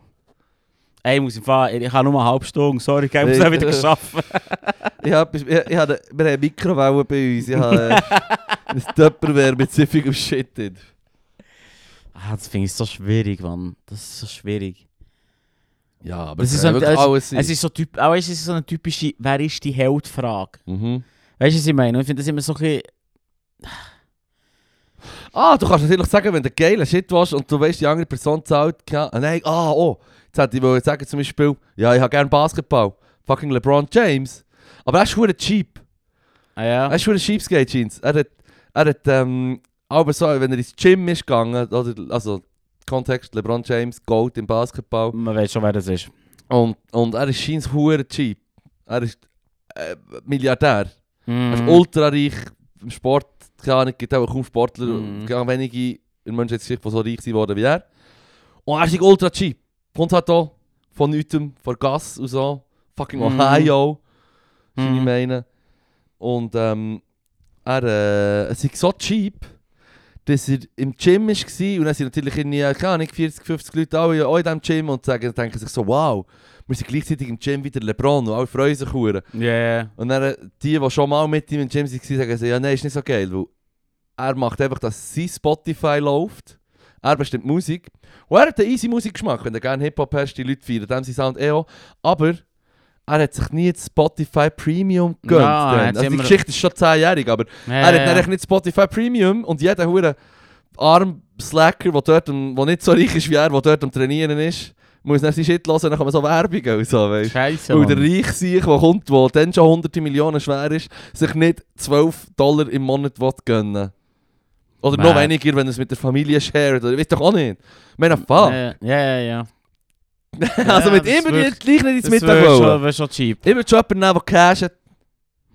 S2: Ey, ich muss im Fall, ich habe nur eine halbe Stunde, sorry, ich habe es
S1: Nee,
S2: nicht wieder
S1: äh,
S2: geschafft.
S1: Ich hab, ich, ich, ich hab, wir haben eine Mikrowelle bei uns. Ich habe äh, ein Tupperware mit ziffigem Shit drin.
S2: Ah, das finde ich so schwierig, Mann. Das ist so schwierig.
S1: Ja, aber
S2: Das
S1: es
S2: ist
S1: ist
S2: so-
S1: wirklich
S2: es-
S1: alles sein.
S2: Es ist so, typ oh, auch es ist so eine typische «Wer ist die Held?»-Frage.
S1: Mhm.
S2: Weißt du, was ich meine? Und Ich finde das immer so ein bisschen...
S1: Ah, du kannst natürlich sagen, wenn du geilen Shit willst und du weißt, die andere Person zahlt. keine Ahnung. Ah, Nein, ah, oh. Jetzt hätte ich wollen sagen, zum Beispiel, ja, ich habe gerne Basketball. Fucking LeBron James. Aber er ist verdammt cheap.
S2: Ah ja?
S1: Er ist schon Cheapskate Jeans. Er hat, er hat ähm, aber so, wenn er ins Gym ist gegangen, oder, also Kontext LeBron James, Gold im Basketball.
S2: Man weiß schon, wer das ist.
S1: Und, und er ist scheins hure cheap. Er ist äh, Milliardär. Er
S2: Mhm.
S1: ist ultra reich im Sport. Keine Ahnung, gibt auch kaum Sportler,
S2: Mhm.
S1: mm. wenige in Menschheitsgeschichte, die so reich sind worden wie er. Und er ist ultra cheap. Kommt halt auch von nichtem, von Gas und so. Fucking
S2: Mhm.
S1: Ohio. Mhm. Ich
S2: Mhm.
S1: meine. Und ähm, er, äh, es ist so cheap, dass er im Gym war und dann sind natürlich irgendwie, äh, keine Ahnung, 40, 50 Leute alle auch in diesem Gym und sagen, denken sich so, wow, wir sind gleichzeitig im Gym wie der LeBron und alle freuen sich hure.
S2: Ja, ja.
S1: Und dann äh, die, die schon mal mit ihm im Gym waren, sagen so, ja nein, ist nicht so geil, weil er macht einfach, dass sein Spotify läuft. Er bestimmt die Musik. Und er hat einen easy Musikgeschmack, wenn er gerne Hip-Hop hast, die Leute feiern dem sein Sound eh auch. Aber er hat sich nie das Spotify Premium gegönnt.
S2: Ja, er
S1: dann.
S2: hat's
S1: also die
S2: immer-
S1: Geschichte ist schon 10-jährig, aber er hat dann echt nicht Spotify Premium und jeder hure arm Slacker, der dort, am- der nicht so reich ist wie er, der dort am Trainieren ist, muss dann sein Shit hören, dann kann man so Werbung und so, weißt
S2: Scheiße,
S1: weil der reich sich, der kommt, der dann schon hunderte Millionen schwer ist, sich nicht 12 Dollar im Monat will gönnen Oder noch
S2: Nein.
S1: weniger, wenn er es mit der Familie shared. Oder ich weiß doch auch nicht. Ich meine, fuck.
S2: Ja, ja, ja.
S1: also
S2: Ja,
S1: mit
S2: das
S1: ihm würde ich
S2: wirkt-
S1: jetzt gleich nicht ins
S2: Das
S1: Mittag
S2: wäre schon,
S1: wollen.
S2: wär schon cheap.
S1: Ich würde schon jemanden nehmen, der Cash hat.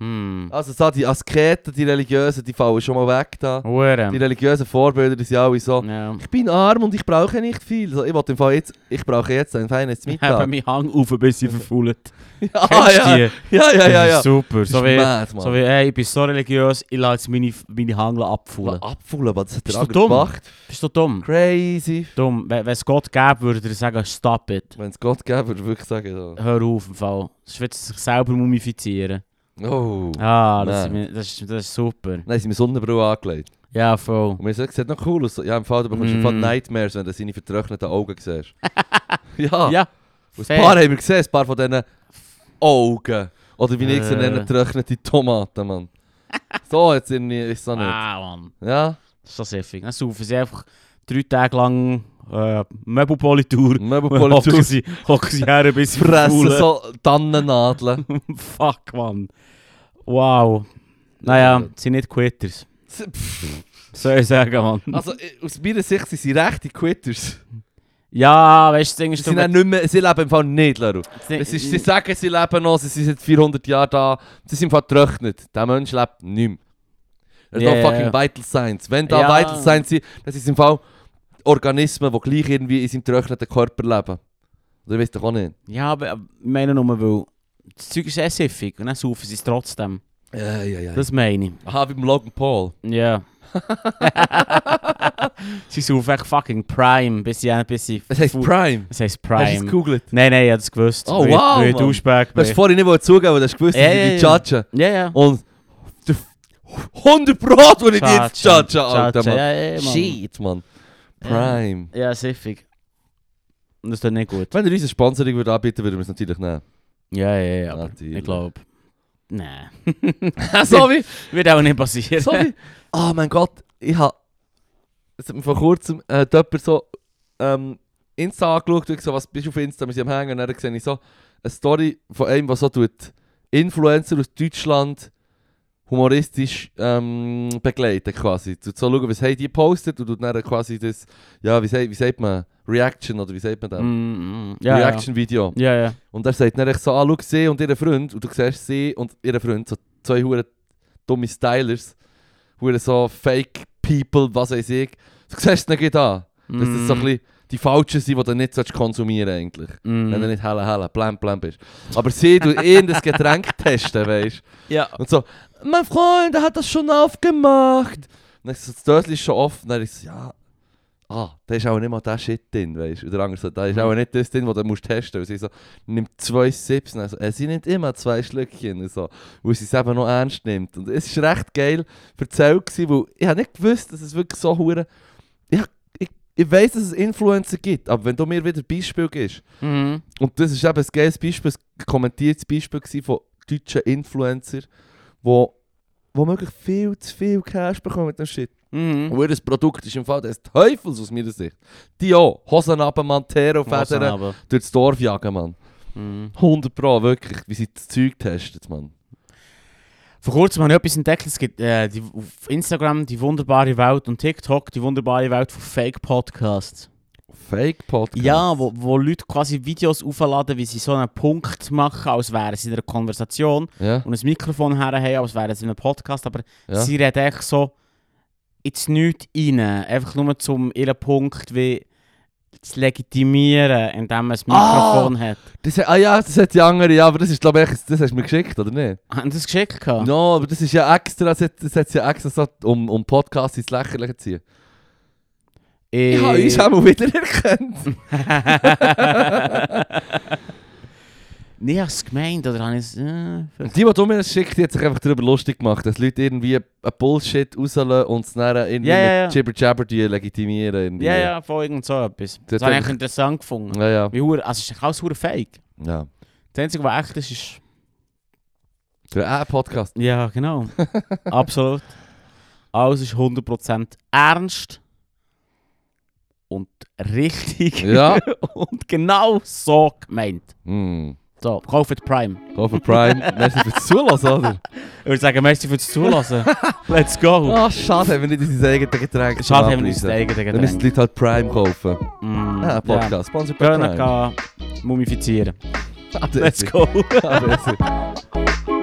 S2: Hm.
S1: Also so die Asketen, die Religiösen, die fallen schon mal weg da. Die
S2: Hure.
S1: religiösen Vorbilder, die sind alle so.
S2: Ja.
S1: Ich bin arm und ich brauche nicht viel. So, ich will im Fall jetzt, ich brauche jetzt ein feines
S2: Ich habe
S1: Mittag. Ah,
S2: meinen Hang auf ein bisschen verfault.
S1: ja, ja, ja,
S2: Kennst du die?
S1: ja, ja,
S2: Das
S1: ja,
S2: ist
S1: ja.
S2: Super.
S1: Das
S2: So
S1: ist
S2: wie,
S1: mad, Mann.
S2: so wie ey, ich bin so religiös, ich lasse jetzt meine, meine Hangel abfaulen.
S1: Abfüllen, aber das hat
S2: Bist
S1: er
S2: du
S1: auch
S2: dumm?
S1: gemacht.
S2: Bist du dumm?
S1: Crazy.
S2: Dumm. Wenn wenn es Gott gäbe, würde er sagen, stop it.
S1: Wenn es Gott gäbe, würde ich wirklich sagen, so.
S2: Hör auf, im Fall. Sonst wird es sich selber mumifizieren.
S1: oh.
S2: Ah, das, ist,
S1: Nein.
S2: mir- das, ist, das ist super.
S1: Nein, sie haben Sonnenbrille angelegt.
S2: Ja, voll.
S1: Und mir sagt, sieht noch cool aus. dus, Ja, im Fall, du bekommst
S2: Mm.
S1: mm. Nightmares, wenn du seine vertrockneten Augen siehst. ja.
S2: Ja.
S1: Und ein
S2: fair.
S1: paar haben wir gesehen, ein paar eh, von diesen Augen. Oder wie ich sie
S2: Äh.
S1: nenne, getrocknete Tomaten, Mann. so, jetzt irgendwie ist es auch nicht.
S2: Ah, Mann.
S1: Ja,
S2: Das ist so siffig. Dann saufen sie einfach drei Tage lang äh, Möbelpolitur. Hocken
S1: Möbelpolitur.
S2: sie, hocken sie her ein bisschen
S1: Fressen
S2: verfaulen.
S1: so Tannennadeln.
S2: Fuck, Nou Mann. Wow. Naja, sie sind nicht Quitters. Soll ich sagen, Mann.
S1: Also, ich- aus meiner Sicht sind sie rechte Quitters.
S2: Ja, weißt du, das Ding
S1: Sie,
S2: ist...
S1: sind auch nicht mehr, sie leben im Fall nicht, Leru. Es ist, sie sagen, sie leben noch, sie sind seit 400 Jahren da. Sie sind im Fall getrocknet. Der Mensch lebt nicht mehr. Das ist
S2: Ja,
S1: yeah,
S2: ja,
S1: fucking
S2: ja.
S1: Vital Signs. Wenn da
S2: Ja.
S1: Vital Signs sind, das ist im Fall Organismen, die gleich irgendwie in seinem getrockneten Körper leben. Oder weißt doch auch nicht.
S2: Ja, aber äh, ich meine nur, weil das Zeug ist eh siffig und dann saufen sie es trotzdem.
S1: Ja, ja, ja.
S2: Das meine ich.
S1: Aha, wie beim Logan Paul.
S2: Ja. sie saufen echt fucking Prime, bis sie... Bis sie
S1: Es heisst
S2: fu-
S1: Prime.
S2: Es heisst
S1: Hast du es
S2: Prime.
S1: gegoogelt?
S2: Nein, nein, ich habe es gewusst.
S1: Oh, wow,
S2: Wie, wie
S1: Mann.
S2: Duschback.
S1: Du hast vorhin nicht zugeben, weil du hast gewusst, dass
S2: Ja,
S1: ich
S2: ja,
S1: dich
S2: ja.
S1: judge.
S2: Ja, ja.
S1: Und der 100 Brot, wo ich dich jetzt
S2: Tschatschen,
S1: judge, Alter,
S2: Tschatschen,
S1: Mann.
S2: Ja, ja, Mann.
S1: Shit, Mann. Prime.
S2: Ja, siffig. Und Das ist dann nicht gut.
S1: Wenn ihr uns eine Sponsoring würde anbieten würden wir es natürlich nehmen.
S2: Ja, ja, ja, aber
S1: Natürlich.
S2: ich glaube... Nein. Ah,
S1: Sorry.
S2: Wird auch nicht passieren.
S1: Sorry. Ah, mein Gott, ich habe. Es hat mir vor kurzem äh, hat jemand so ähm, Insta angeschaut und ich so, was bist du auf Insta? Wir sind am Hängen und dann sehe ich so eine Story von einem, was so tut. Influencer aus Deutschland humoristisch ähm, begleiten quasi. Du so schauen, was haben die gepostet und tut dann quasi das, ja, wie, sagt- wie sagt man, Reaction oder wie sagt man das?
S2: Mm, mm. Ja, ja.
S1: Reaction-Video.
S2: Ja, ja.
S1: Und er sagt dann echt so, ah, schau sie und ihren Freund. Und du siehst sie und ihren Freund, so zwei hure dumme Stylers. Hure so Fake People, was weiß ich. Du siehst es nicht an. Dass das so ein bisschen die Falschen sind, die du nicht sollst konsumieren eigentlich.
S2: Mm.
S1: Wenn du nicht helle, helle, blam, blam bist. Aber sie, du irgendein Getränk testen, weißt
S2: Ja.
S1: Und so, mein Freund, er hat das schon aufgemacht. Und dann so, das Dötli ist schon offen. Und dann ist so, ja, ah, da ist auch nicht mal der Shit drin, weißt du. Und der andere so, da ist auch nicht das drin, was du musst testen. Und sie so, nimmt zwei Sips. Und er so, äh, sie nimmt immer zwei Schlückchen. Und so, weil sie es eben noch ernst nimmt. Und es war recht geil erzählt, gewesen, weil ich habe nicht gewusst, dass es wirklich so hure ich, ich, ich weiss, dass es Influencer gibt, aber wenn du mir wieder Beispiel gibst,
S2: Mhm.
S1: und das ist eben ein geiles Beispiel, ein kommentiertes Beispiel gewesen von deutschen Influencer, wo, wo möglich viel zu viel Cash bekommen mit dem Shit.
S2: Mhm.
S1: Und ihr Produkt ist im Fall des Teufels aus meiner Sicht. Die auch. Hosen runter, Mann, Terrorfedern
S2: aber.
S1: durch das Dorf jagen, Mann.
S2: Mhm.
S1: 100 Pro, wirklich, wie sie das Zeug testet, Mann.
S2: Vor kurzem habe ich etwas entdeckt. Es gibt äh, die, auf Instagram die wunderbare Welt und TikTok die wunderbare Welt von Fake-Podcasts.
S1: Fake Podcast.
S2: Ja, wo, wo Leute quasi Videos aufladen, wie sie so einen Punkt machen, als wären sie in einer Konversation
S1: Ja,
S2: und ein Mikrofon her haben, als wären sie in einem Podcast. Aber
S1: ja.
S2: sie reden echt so ins Nichts rein. Einfach nur zum ihren Punkt wie zu legitimieren, indem man
S1: Ah!
S2: ein Mikrofon hat.
S1: Das, ah ja, das hat die andere, ja, aber das ist, glaube ich, das hast du mir geschickt, oder nicht?
S2: Haben sie das geschickt?
S1: Ja,
S2: gehabt?
S1: no, aber das ist ja extra, das hat, das hat sie ja extra so, um, um Podcasts ins Lächerliche zu ziehen.
S2: Ich, Äh.
S1: Ich habe uns auch mal wieder erkannt.
S2: Nee, hast du es gemeint oder habe ich es... Äh, vielleicht-
S1: Und die, die du mir das schickt, die hat sich einfach darüber lustig gemacht, dass Leute irgendwie ein Bullshit rauslassen und es dann irgendwie
S2: Ja, ja, ja.
S1: mit Jibber-Jabber die legitimieren. irgendwie.
S2: ja, ja, von irgend so etwas. Das,
S1: Das
S2: habe
S1: hat-
S2: ich eigentlich interessant gefunden.
S1: Ja, ja.
S2: Wie hure, also es ist alles hure fake.
S1: ja.
S2: Das Einzige, was echt ist, ist...
S1: Für einen Podcast.
S2: Ja, genau. Absolut. Alles ist 100% ernst. Und richtig.
S1: Ja.
S2: und genau so gemeint.
S1: Hm.
S2: So, kauft Prime.
S1: Go for Prime. Merci fürs Zulassen, oder?
S2: Ich würde sagen, merci fürs Zulassen. Let's go.
S1: Ah, schade, haben wir nicht unser eigenes Getränk.
S2: Schade, haben wir uns
S1: anpreisen.
S2: den eigenen
S1: Dann müssen
S2: Gedanken.
S1: die Leute halt Prime kaufen.
S2: Mm,
S1: Ah, Podcast. Sponsor bei
S2: Ja. Können
S1: Prime.
S2: gehen mumifizieren.
S1: Ah,
S2: Let's go.
S1: Ah, merci.